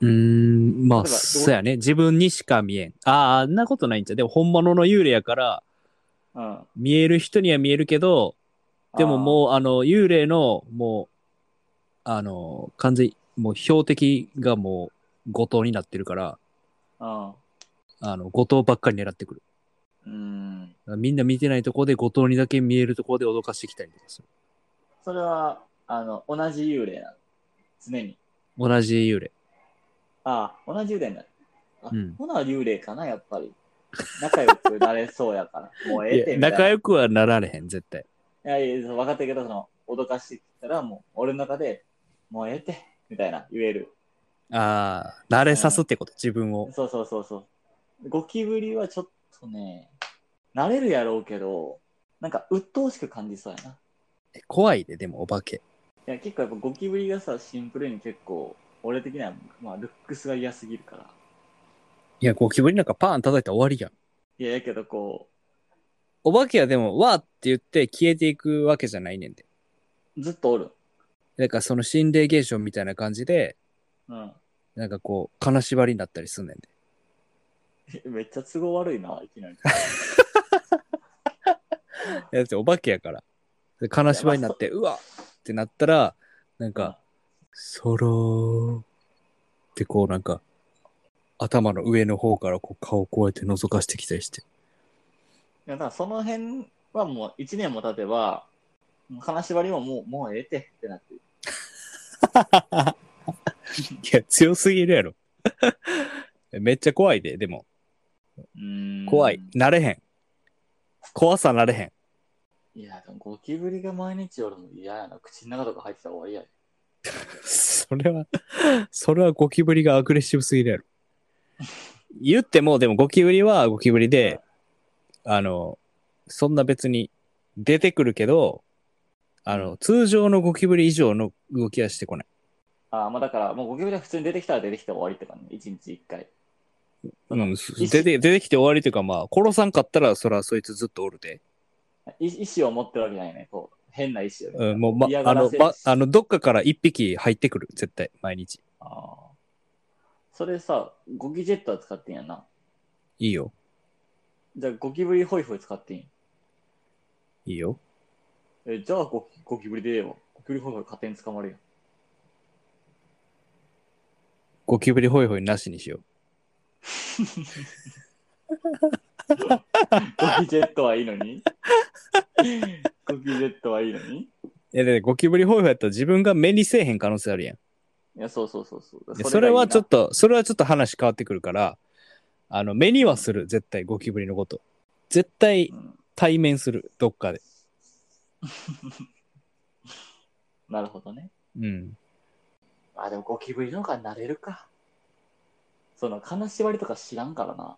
Speaker 1: うーん、まあ、
Speaker 2: 例えばどう
Speaker 1: そうやね。自分にしか見えん。ああ、あんなことないんちゃう。でも、本物の幽霊やから、
Speaker 2: うん。
Speaker 1: 見える人には見えるけど、でももう、あの、幽霊の、もう、あの、完全に、もう標的がもう、後藤になってるから、
Speaker 2: う、うん。
Speaker 1: あの、後藤ばっかり狙ってくる。
Speaker 2: うん。
Speaker 1: みんな見てないとこで、後藤にだけ見えるとこで脅かしてきたりとかする。
Speaker 2: それは、あの、同じ幽霊なの。常に。
Speaker 1: 同じ幽霊。
Speaker 2: ああ、同じ幽霊になる。あ、
Speaker 1: うん
Speaker 2: ほな幽霊かな、やっ ぱり。仲良くなれそうやから。もうええ
Speaker 1: い
Speaker 2: って
Speaker 1: や
Speaker 2: みたいな。
Speaker 1: 仲良くはなられへん、絶対。
Speaker 2: いやいや、分かってるけど、その、脅かしてきたら、もう俺の中で、もうええって、みたいな言える。
Speaker 1: ああ、慣れさすってこと、自分を。
Speaker 2: そうそうそうそう。ゴキブリはちょっとね、慣れるやろうけど、なんか鬱陶しく感じそうやな。
Speaker 1: え怖いで、でもお化け。
Speaker 2: いや、結構やっぱゴキブリがさ、シンプルに結構、俺的には、まあ、ルックスが嫌すぎるから。
Speaker 1: いや、ゴキブリなんかパーン叩いたら終わりやん。
Speaker 2: いや、やけどこ
Speaker 1: お化けはでも、わーって言って消えていくわけじゃないねんで。
Speaker 2: う、ずっとおる。
Speaker 1: だからその心霊現象みたいな感じで、
Speaker 2: うん。
Speaker 1: なんかこう、金縛りになったりすんねんで。
Speaker 2: めっちゃ都合悪いな、いきなり。
Speaker 1: いやだってお化けやから。で金縛りになって、うわっってなったら、なんか、そろーってこうなんか、頭の上の方からこう顔をこうやって覗かしてきたりして。
Speaker 2: いやだからその辺はもう1年も経てば、もう金縛りももう、もうええってってなってる。
Speaker 1: いや、強すぎるやろ。 めっちゃ怖いで、でも。
Speaker 2: うーん
Speaker 1: 怖い。なれへん。怖さなれへん。
Speaker 2: いや、でもゴキブリが毎日俺も嫌やな。口の中とか入ってた方が嫌や。
Speaker 1: それは、それはゴキブリがアグレッシブすぎるやろ。言っても、でもゴキブリはゴキブリで、あの、そんな別に出てくるけど、あの、通常のゴキブリ以上の動きはしてこない。
Speaker 2: ああ、まあだから、もうゴキブリは普通に出てきたら出てきて終わりって感じ、1日1回。
Speaker 1: うん、す出て、出てきて終わりというか、まあ、殺さんかったら、そらそいつずっとおるで。
Speaker 2: い意思を持ってるわけないね。こう、変な意思をね。
Speaker 1: うん、もう、ま
Speaker 2: 嫌、が
Speaker 1: あ
Speaker 2: ら
Speaker 1: の、
Speaker 2: せる
Speaker 1: ば、あの、どっかから一匹入ってくる、絶対、毎日。
Speaker 2: ああ。それさ、ゴキジェットは使ってんやんな。
Speaker 1: いいよ、
Speaker 2: じゃあゴキブリホイホイ使ってんやん
Speaker 1: いいよ。
Speaker 2: え、じゃあゴキゴキブリでええわ。ゴキブリホイホイ勝手に捕まるやん。
Speaker 1: ゴキブリホイホイなしにしよう。
Speaker 2: ゴキジェットはいいのにゴキジェットはいいのにい
Speaker 1: いや、で、ゴキブリホイホイやったら自分が目にせえへん可能性あるやん。
Speaker 2: や、そうそうそうそう。
Speaker 1: でそれはちょっ
Speaker 2: と。
Speaker 1: と、それはちょっと話変わってくるから、あの、目にはする、絶対、ゴキブリのこと。絶対
Speaker 2: うん
Speaker 1: 対面する、どっかで。
Speaker 2: なるほどね。
Speaker 1: うん。
Speaker 2: あ、でもゴキブリの方が慣れるか。その、金縛りとか知らんからな。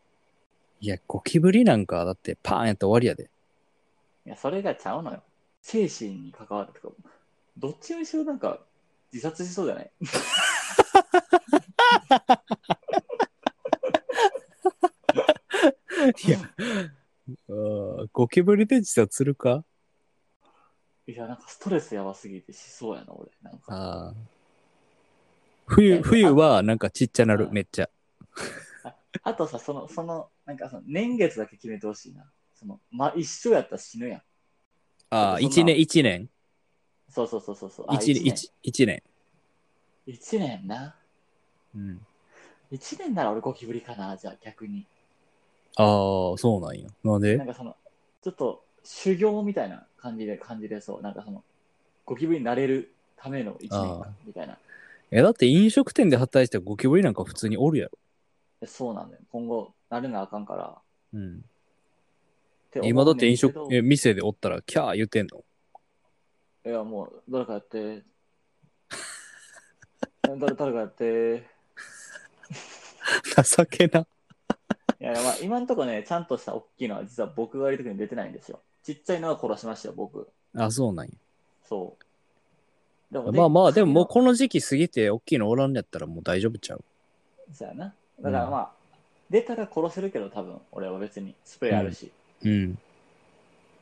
Speaker 1: いや、ゴキブリなんか、だって、パーンやったら終わりやで。
Speaker 2: いや、それがちゃうのよ。精神に関わるとか、どっちにしろなんか、自殺しそうじゃない
Speaker 1: いや、あーゴキブリで自殺するか
Speaker 2: いや、なんかストレスやばすぎてしそうやな、俺。なんか、
Speaker 1: あー
Speaker 2: いや
Speaker 1: 冬、
Speaker 2: でも
Speaker 1: 冬は、なんかちっちゃなる
Speaker 2: う、ん
Speaker 1: めっちゃ。
Speaker 2: あとさ、その、その、なんかその、年月だけ決めてほしいな。その、ま、一緒やったら死ぬやん。
Speaker 1: ああ、
Speaker 2: ちょっとそ
Speaker 1: 一
Speaker 2: んな
Speaker 1: 年、一年。
Speaker 2: そうそうそうそうそう。あ
Speaker 1: 一
Speaker 2: 一
Speaker 1: 年、一年。
Speaker 2: 一年な。
Speaker 1: うん。
Speaker 2: 一年なら俺ゴキブリかな、じゃあ逆に。
Speaker 1: ああ、そうなんや。なんで
Speaker 2: なんかその、ちょっと修行みたいな感じで感じれそう。なんかその、ゴキブリになれるための一年
Speaker 1: あ
Speaker 2: 間みたいな。
Speaker 1: え、だって飲食店で働いてたゴキブリなんか普通におるやろ。
Speaker 2: でそうなんだよ。今後、なれなあかんから。
Speaker 1: うん。
Speaker 2: て思う
Speaker 1: 今だって飲
Speaker 2: ね
Speaker 1: 食
Speaker 2: ん、け
Speaker 1: え
Speaker 2: ど
Speaker 1: 店でおったら、キャー言ってんの
Speaker 2: いや、もう、誰かやって。 誰誰かやって。
Speaker 1: 情けな。
Speaker 2: いや、まあ、今んとこね、ちゃんとした大きいのは実は僕がいる時に出てないんですよ。ちっちゃいのは殺しましたよ、僕。
Speaker 1: あ、そうなんや。
Speaker 2: そう。で
Speaker 1: まあまあ、でももう
Speaker 2: う
Speaker 1: この時期過ぎて、大きいのおらんやったらもう大丈夫ちゃう。
Speaker 2: そうやな。だからまあ、出たら殺せるけど、多分俺は別にスプレーあるし。
Speaker 1: うん。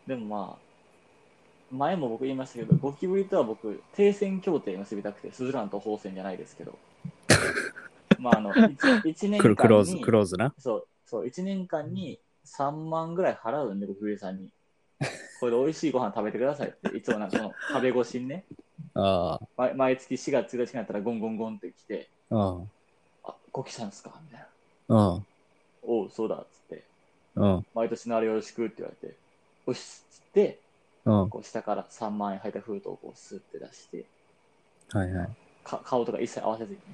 Speaker 2: でもまあ、前も僕言いましたけど、ゴキブリとは僕、停戦協定結びたくて、スズランと放線じゃないです けど。まあ、あの、1年
Speaker 1: クロ
Speaker 2: 間に
Speaker 1: クローズ、クローズな。
Speaker 2: そう、そう、1年間に3万ぐらい払うんで、ゴキブリさんに。 これで美味しいご飯食べてくださいって、いつもなんかその壁越しにね、
Speaker 1: ああ
Speaker 2: 毎毎月4月1日になったらゴンゴンゴンって来て、、
Speaker 1: あ
Speaker 2: あ、ゴキさんですかみたいな。
Speaker 1: あ、
Speaker 2: おう、そうだっつって、
Speaker 1: うん、
Speaker 2: 毎年のあれよろしくって言われて、おしっつって、
Speaker 1: うん。は
Speaker 2: こう下から3万円入った封筒をこうスッて出して、
Speaker 1: いはい。
Speaker 2: か顔とか一切合わ せずにね、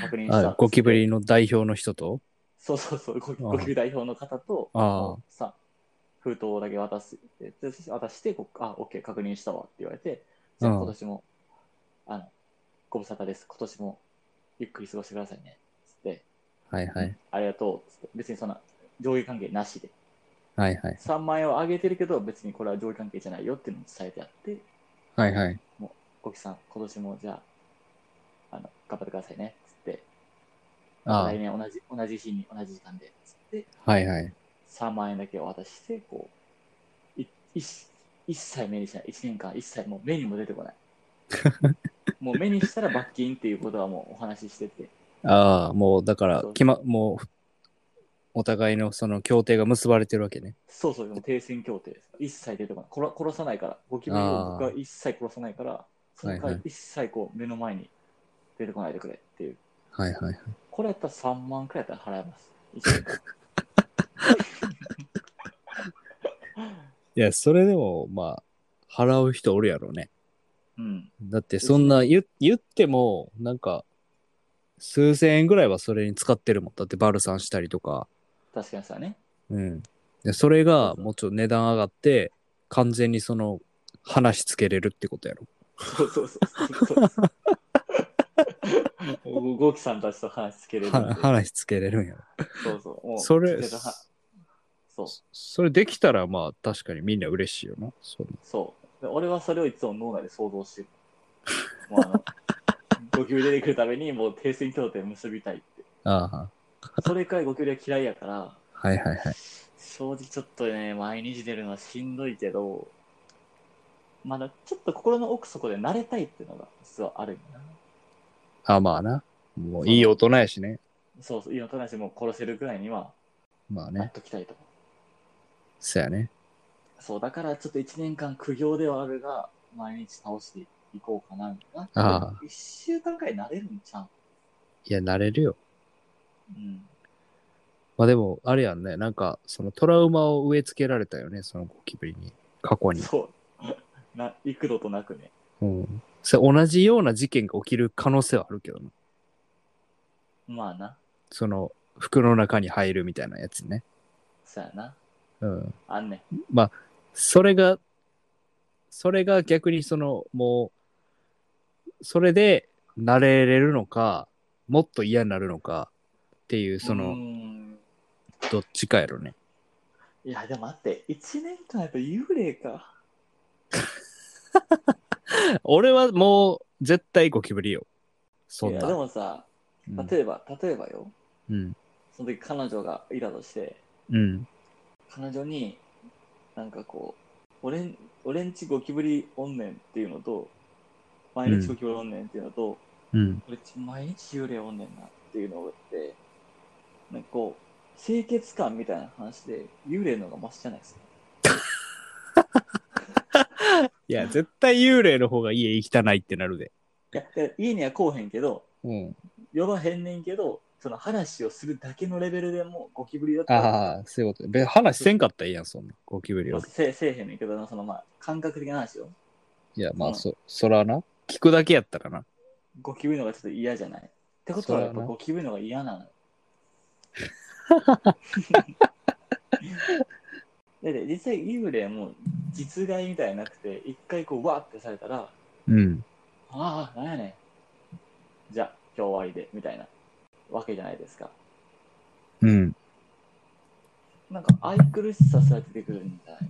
Speaker 2: 確認したっつっ
Speaker 1: あ
Speaker 2: て
Speaker 1: ゴキブリの代表の人と
Speaker 2: そうそうそう、ゴキゴキブリ代表の方と、
Speaker 1: ああ
Speaker 2: さ、封筒だけ渡す。でで渡して、こうあ、OK、確認したわって言われて、じゃあ
Speaker 1: うん
Speaker 2: 今年も、あの、ご無沙汰です。今年もゆっくり過ごしてくださいね。つって、
Speaker 1: はいはい。
Speaker 2: ありがとう。つって、別にそんな上下関係なしで。
Speaker 1: はいはい。
Speaker 2: 3万円を上げてるけど、別にこれは上下関係じゃないよっていうのを伝えてあって、
Speaker 1: はいはい。
Speaker 2: 小木さん、今年もじゃあ、あの、頑張ってくださいね。つって、
Speaker 1: あ
Speaker 2: 来年同じ、同じ日に、同じ時間で。つって、
Speaker 1: あ、はいはい。
Speaker 2: 3万円だけお渡しして、こう、い一一切目にしない。1年間一切もう目にも出てこ ない。もう目にしたら罰金っていうことはもうお話ししてて。
Speaker 1: ああ、もうだから
Speaker 2: そう、
Speaker 1: 決ま、もう、お互いのその協定が結ばれてるわけね。
Speaker 2: そうそう、もう停戦協定です。一切出てこない。殺殺さないから、ゴキブリ
Speaker 1: あ
Speaker 2: を
Speaker 1: ー
Speaker 2: 僕は一切殺さないから、その代わ
Speaker 1: はい
Speaker 2: り
Speaker 1: はい
Speaker 2: 一切こう目の前に出てこないでくれっていう。
Speaker 1: はいはい。
Speaker 2: これやったら3万くらいやったら払えます。一年 間
Speaker 1: いや、それでも、まあ、払う人おるやろうね。
Speaker 2: うん。
Speaker 1: だって、そんな言、言っても、なんか、数千円ぐらいはそれに使ってるもん。だって、バルさんしたりとか。
Speaker 2: 確かにさね。
Speaker 1: うん。でそれが、もうちょっと値段上がって、完全にその、話つけれるってことやろ。
Speaker 2: そうそうそうそう そう。ゴゴキさんたちと話つけれるんで。
Speaker 1: は話つけれるんやろ。
Speaker 2: そうそう。もう
Speaker 1: それ
Speaker 2: つけたはそう
Speaker 1: それできたら、まあ、確かにみんな嬉しいよな。その
Speaker 2: そう。で俺はそれをいつも脳内で想像してる。もうあ のゴキブリ出てくるためにもう停戦協定結びたいって。
Speaker 1: あ
Speaker 2: それくらいゴキブリは嫌いやから、
Speaker 1: あ、はいはいはい。
Speaker 2: 正直ちょっとね、毎日出るのはしんどいけど、まだちょっと心の奥底で慣れたいっていうのが実はあるんだな。
Speaker 1: あまあな。もういい大人やしね。
Speaker 2: そうそう、いいのとなしもう殺せるくらいには
Speaker 1: まあ
Speaker 2: なっ
Speaker 1: ね。
Speaker 2: ときたいと思う。
Speaker 1: そやね。
Speaker 2: そう、だからちょっと1年間苦行ではあるが、毎日倒していこうかな、みたい
Speaker 1: あ
Speaker 2: な。1週間くらい慣れるんちゃう
Speaker 1: いや、慣れるよ。
Speaker 2: うん。
Speaker 1: まあでも、あれやんね。なんか、そのトラウマを植え付けられたよね。そのゴキブリに。過去に。
Speaker 2: そう。 な、幾度となくね。
Speaker 1: うん。それ同じような事件が起きる可能性はあるけどな。
Speaker 2: まあな。
Speaker 1: その、服の中に入るみたいなやつね。
Speaker 2: そうやな。
Speaker 1: うん。
Speaker 2: あんね。
Speaker 1: それが、それが逆にその、もう、それで慣れれるのか、もっと嫌になるのかっていう、そう
Speaker 2: ー
Speaker 1: の、
Speaker 2: ん
Speaker 1: どっちかやろね。
Speaker 2: いや、でも待って、1年間やっぱ幽霊か。
Speaker 1: 俺はもう絶対ゴキブリよ。そ
Speaker 2: い
Speaker 1: ん
Speaker 2: や、
Speaker 1: な。
Speaker 2: でもさ、
Speaker 1: うん
Speaker 2: 例えば、例えばよ。
Speaker 1: うん。
Speaker 2: その時彼女がいたとして、
Speaker 1: うん。
Speaker 2: 彼女に、なんかこう、俺ん、俺んちゴキブリおんねんっていうのと、毎日ゴキブリおんねんっていうのと、
Speaker 1: うん。
Speaker 2: 俺毎日幽霊おんねんなっていうのを言って、なんかこう、清潔感みたいな話で、幽霊の方がマシじゃないですか。
Speaker 1: いや、絶対幽霊の方が家汚いってなるで。
Speaker 2: いや、で家には来おへんけど、
Speaker 1: うん。
Speaker 2: 呼ばへんねんけど、その話をするだけのレベルでもゴキブリだったら、
Speaker 1: ああ、そういうこと。別に話せんかったらいいやん、そんな。ゴキブリは。
Speaker 2: せせえへんねんけど、そのまあ、感覚的な話を。
Speaker 1: いや、ま
Speaker 2: う
Speaker 1: あ、
Speaker 2: ん
Speaker 1: そ、そらな。聞くだけやったかな。
Speaker 2: ゴキブリの方がちょっと嫌じゃない。ってことは、やっぱ
Speaker 1: そうやな
Speaker 2: ゴキブリの方が嫌な の。 でで実際幽霊も実害みたいになくて一回こうわーってされたら
Speaker 1: うん。
Speaker 2: ああ、なんやねん。じゃあ、今日終わりで、みたいなわけじゃないですか。
Speaker 1: うん。
Speaker 2: なんか、愛くるしさすら出てくるんじゃないかな。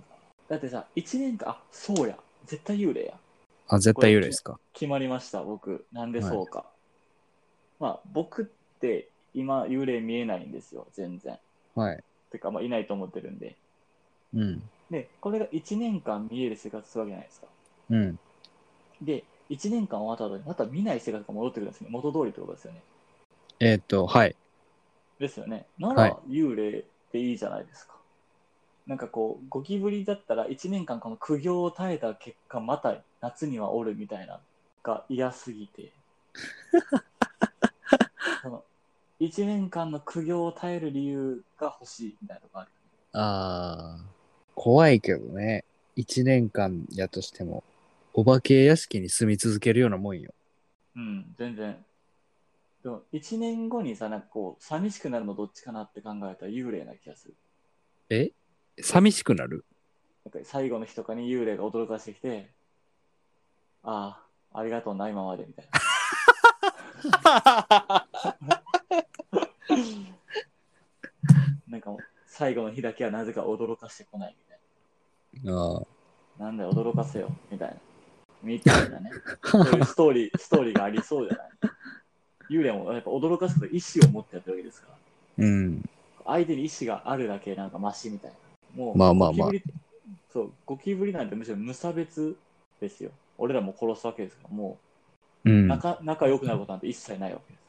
Speaker 2: だってさ、1年間、あ、そうや。絶対幽霊や。
Speaker 1: あ、絶対幽霊ですか。
Speaker 2: 決まりました、僕。なんでそうか。まあ、僕って今、幽霊見えないんですよ、全然。
Speaker 1: はい。
Speaker 2: てか、まあ、いないと思ってるんで。
Speaker 1: うん。
Speaker 2: で、これが1年間見える生活するわけじゃないですか。
Speaker 1: うん。
Speaker 2: で、1年間終わった後に、また見ない生活が戻ってくるんですね。元通りってことですよね。
Speaker 1: えーっと、はい。
Speaker 2: ですよね。な
Speaker 1: はい
Speaker 2: ら幽霊でいいじゃないですか。なんかこう、ゴキブリだったら1年間この苦行を耐えた結果、また夏にはおるみたいなのが嫌す ぎて。その1年間の苦行を耐える理由が欲しいみたいなとこある。
Speaker 1: ああ。怖いけどね。一年間やとしても、お化け屋敷に住み続けるようなもんよ。
Speaker 2: うん、全然。でも1年後にさ、なんかこう、寂しくなるのどっちかなって考えたら幽霊な気がする。
Speaker 1: え寂しくな る。
Speaker 2: なんか最後の日とかに幽霊が驚かしてきて、ああ、ありがとうな、今まで、みたいな。なんかもう、最後の日だけはなぜか驚かしてこないみたい
Speaker 1: ああ。
Speaker 2: な。なんだよ、驚かせよ、みたいな。みたいなね。そういうストーリ ー、ストーリーがありそうじゃない幽霊もやっぱ驚かすと意思を持ってやってるわけですから。
Speaker 1: うん。
Speaker 2: 相手に意思があるだけなんかマシみたいな。もう、
Speaker 1: まあまあまあ
Speaker 2: ゴキブリそう、ゴキブリなんてむしろ無差別ですよ。俺らも殺すわけですから、も
Speaker 1: う。
Speaker 2: うん仲、仲良くなることなんて一切ないわけです。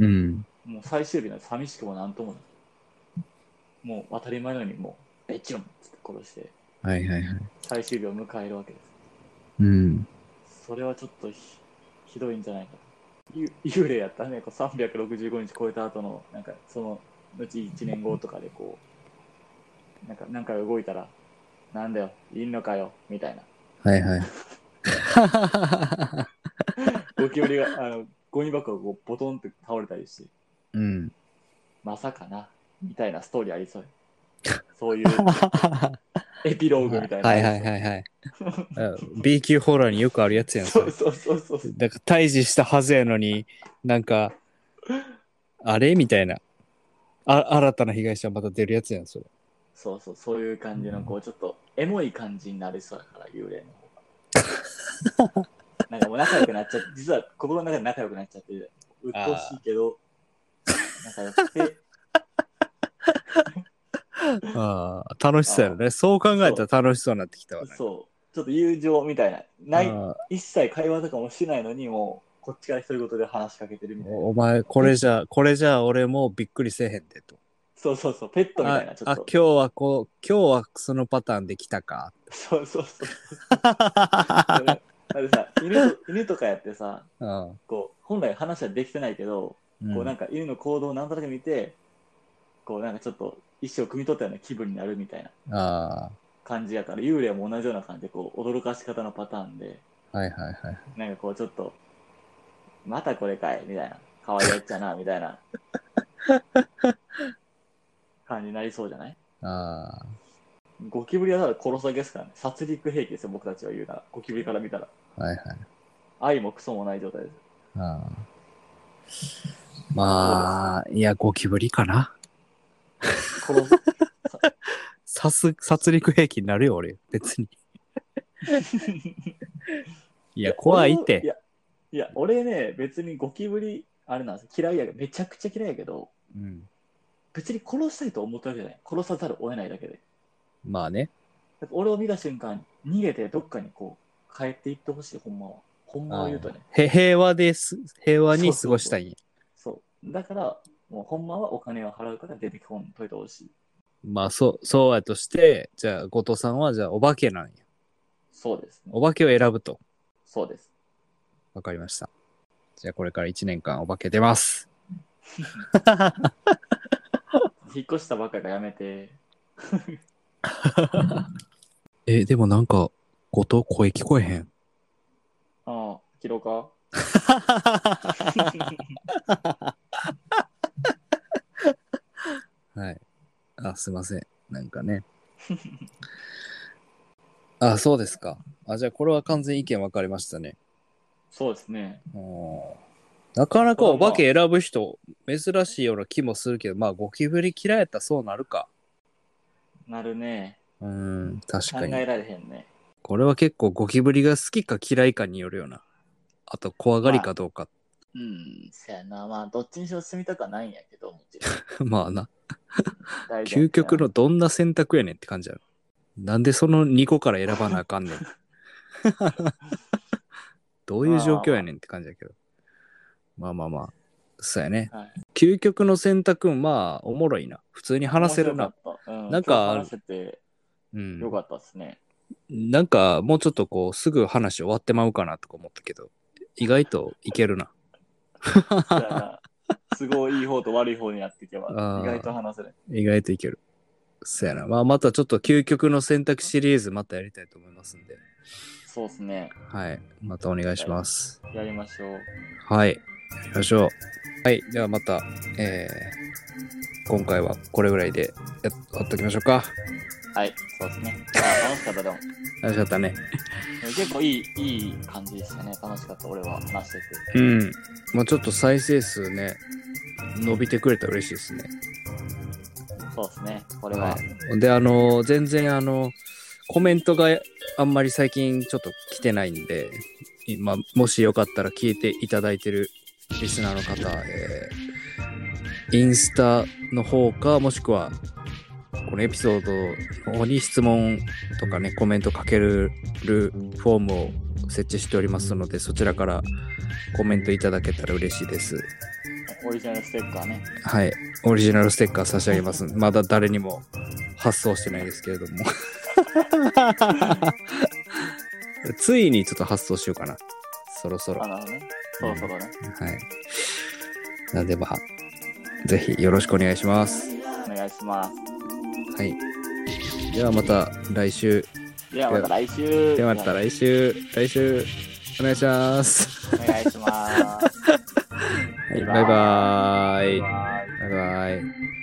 Speaker 1: うん。
Speaker 2: もう最終日なんて寂しくもなんともない。もう当たり前のように、もう、ベチュンっつって殺して、
Speaker 1: はいはいはい。
Speaker 2: 最終日を迎えるわけで
Speaker 1: うん。
Speaker 2: す。それはちょっとひひどいんじゃないかと。ゆ幽霊やったらね、こう365日超えた後の、なんか、その、後1年後とかでこう、なんか、なんか動いたら、なんだよ、いんのかよ、みたいな。
Speaker 1: はい はい。
Speaker 2: ゴキブリが、あの、ゴミ箱がこうボトンって倒れたりして、
Speaker 1: うん。
Speaker 2: まさかな、みたいなストーリーありそうよ。そういうエピローグみたいな。
Speaker 1: はいはいはいはい。うん B 級ホラーによくあるやつやん。そ
Speaker 2: そ
Speaker 1: れ
Speaker 2: うそうそうそう。
Speaker 1: だから退治したはずやのになんかあれみたいなあ新たな被害者また出るやつやんそ れ
Speaker 2: そうそう、そういう感じの、こう、ちょっと、エモい感じになりそうだから、幽霊の方が。なんかもう仲良く なっちゃって、実は心の中で仲良くなっちゃってる。鬱陶しいけど、仲良くて、
Speaker 1: ああ楽しそうやろねそう考えたら楽しそうになってきたわね
Speaker 2: そう、ちょっと友情みたいな。ない、
Speaker 1: ああ
Speaker 2: 一切会話とかもしないのに、もう、こっちから独り言で話しかけてるみたいな。
Speaker 1: おお前これじゃこれじゃ俺もうびっくりせえへんでと
Speaker 2: そうそうそう、ペットみたいな、
Speaker 1: あ
Speaker 2: ちょ
Speaker 1: あ
Speaker 2: っ
Speaker 1: 今
Speaker 2: と。
Speaker 1: 日はこう今日はそのパターンできた か
Speaker 2: そうそうそう。
Speaker 1: あ
Speaker 2: だってさ、犬と犬とかやってさ、
Speaker 1: あ
Speaker 2: こう、本来話はできてないけど、
Speaker 1: うん
Speaker 2: こうなんか犬の行動をなんとなく見て、こうなんかちょっと一生汲み取ったような気分になるみたいな
Speaker 1: あ
Speaker 2: 感じやから、幽霊も同じような感じで、こう驚かし方のパターンで、
Speaker 1: あはいはいはい
Speaker 2: なんかこうちょっと、またこれかいみたいな、可愛いやっちゃな、み たいな感じになりそうじゃない
Speaker 1: ああ
Speaker 2: ゴキブリはただ殺すだけですからね、殺戮兵器ですよ、僕たちは言うなら、ゴキブリから見たら。
Speaker 1: はいはい
Speaker 2: 愛もクソもない状態です。
Speaker 1: ああまあいやゴキブリかな
Speaker 2: 殺す
Speaker 1: さす、殺戮兵器になるよ、俺。別に。 いや、怖いっ
Speaker 2: い
Speaker 1: て。
Speaker 2: や、いや俺ね、別にゴキブリ、あれなんですよ嫌いやけど、めちゃくちゃ嫌いやけど、
Speaker 1: うん、
Speaker 2: 別に殺したいと思ったわけじゃない。殺さざるを得ないだけで。
Speaker 1: まあね。
Speaker 2: だから俺を見た瞬間、逃げてどっかにこう、帰っていってほしい、ほんまは。ほんまを言うとね。
Speaker 1: へ平和です。平和に過ごしたいんや
Speaker 2: そう。だから、もうほんまはお金を払うから出てこんといてほしい。
Speaker 1: まあ、そう、そうやとして、じゃあ、後藤さんは、じゃあ、お化けなんや。
Speaker 2: そうです、ね。
Speaker 1: お化けを選ぶと。
Speaker 2: そうです。
Speaker 1: わかりました。じゃあ、これから1年間お化け出ます。
Speaker 2: 引っ越したばっかりがやめて、
Speaker 1: え、でもなんか、後藤声聞こえ へん。
Speaker 2: ああ、切ろ うか。
Speaker 1: はい。あ、すいません。なんか ね。あ、そうですか。あ、じゃあこれは完全に意見分かれましたね。
Speaker 2: そうですね。
Speaker 1: おーなかなかお化け選ぶ人、珍しいような気もするけど、まあ、ゴキブリ嫌いやったらそうなるか。
Speaker 2: なるね。
Speaker 1: うーん、確
Speaker 2: 考
Speaker 1: か
Speaker 2: え
Speaker 1: に。
Speaker 2: られへんね。
Speaker 1: これは結構ゴキブリが好きか嫌いかによるよな。あと、怖がりかどうか。
Speaker 2: うん、そやな。まあ、どっちにしろ住みたくはないんやけど、もち ろん
Speaker 1: まあな。
Speaker 2: 大事やけど
Speaker 1: 究極の。どんな選択やねんって感じやろ。なんでその2個から選ばなあかん ねん。どういう状況やねんって感じやけど。まあまあまあ。そうやね。
Speaker 2: はい
Speaker 1: 究極の選択、まあ、おもろいな。普通に話せるな。。
Speaker 2: 面白かった
Speaker 1: な
Speaker 2: う
Speaker 1: んか
Speaker 2: 今日話せて
Speaker 1: うん
Speaker 2: よ。かったですね。
Speaker 1: なんか、もうちょっとこう、すぐ話終わってまうかなとか思ったけど、意外といけるな。
Speaker 2: そやなすごいいい方と悪い方にやっていけば
Speaker 1: あー、
Speaker 2: 意外と話せる。
Speaker 1: 意外といける。そうやな。まあ、またちょっと究極の選択シリーズ、またやりたいと思いますんで。
Speaker 2: そうですね。
Speaker 1: はい。またお願いします。
Speaker 2: やりましょう。
Speaker 1: はい。やりましょう。はい。ではまた、えー今回はこれぐらいでやっやっときましょうか。
Speaker 2: はい、そうですね。まあ楽しかった、でも。
Speaker 1: 楽しかったね。
Speaker 2: 結構いい、いい感じでしたね。楽しかった、俺は話してて。
Speaker 1: うん。まあちょっと再生数ね、伸びてくれたら嬉しいですね。
Speaker 2: そうですね。これは。
Speaker 1: い。で、あの、全然あの、コメントがあんまり最近ちょっと来てないんで、今、もしよかったら聞いていただいてるリスナーの方、えーインスタの方か、もしくは、このエピソードの方に質問とかね、コメントかけるフォームを設置しておりますので、そちらからコメントいただけたら嬉しいです。
Speaker 2: オリジナルステッカーね。
Speaker 1: はい。オリジナルステッカー差し上げます。まだ誰にも発送してないですけれど も。ついにちょっと発送しようかな。そろそろ。
Speaker 2: あ、
Speaker 1: は
Speaker 2: なるほどね。そろそろね。
Speaker 1: い。なんでまあ、ぜひよろしくお願いします。
Speaker 2: お願いし
Speaker 1: は
Speaker 2: ま
Speaker 1: い。ではまた来週。
Speaker 2: す。ではまた来週。
Speaker 1: ではまた来週。来週、お願いします。
Speaker 2: お願いします。
Speaker 1: はい、バイバーイ。
Speaker 2: バイ
Speaker 1: バイバイ。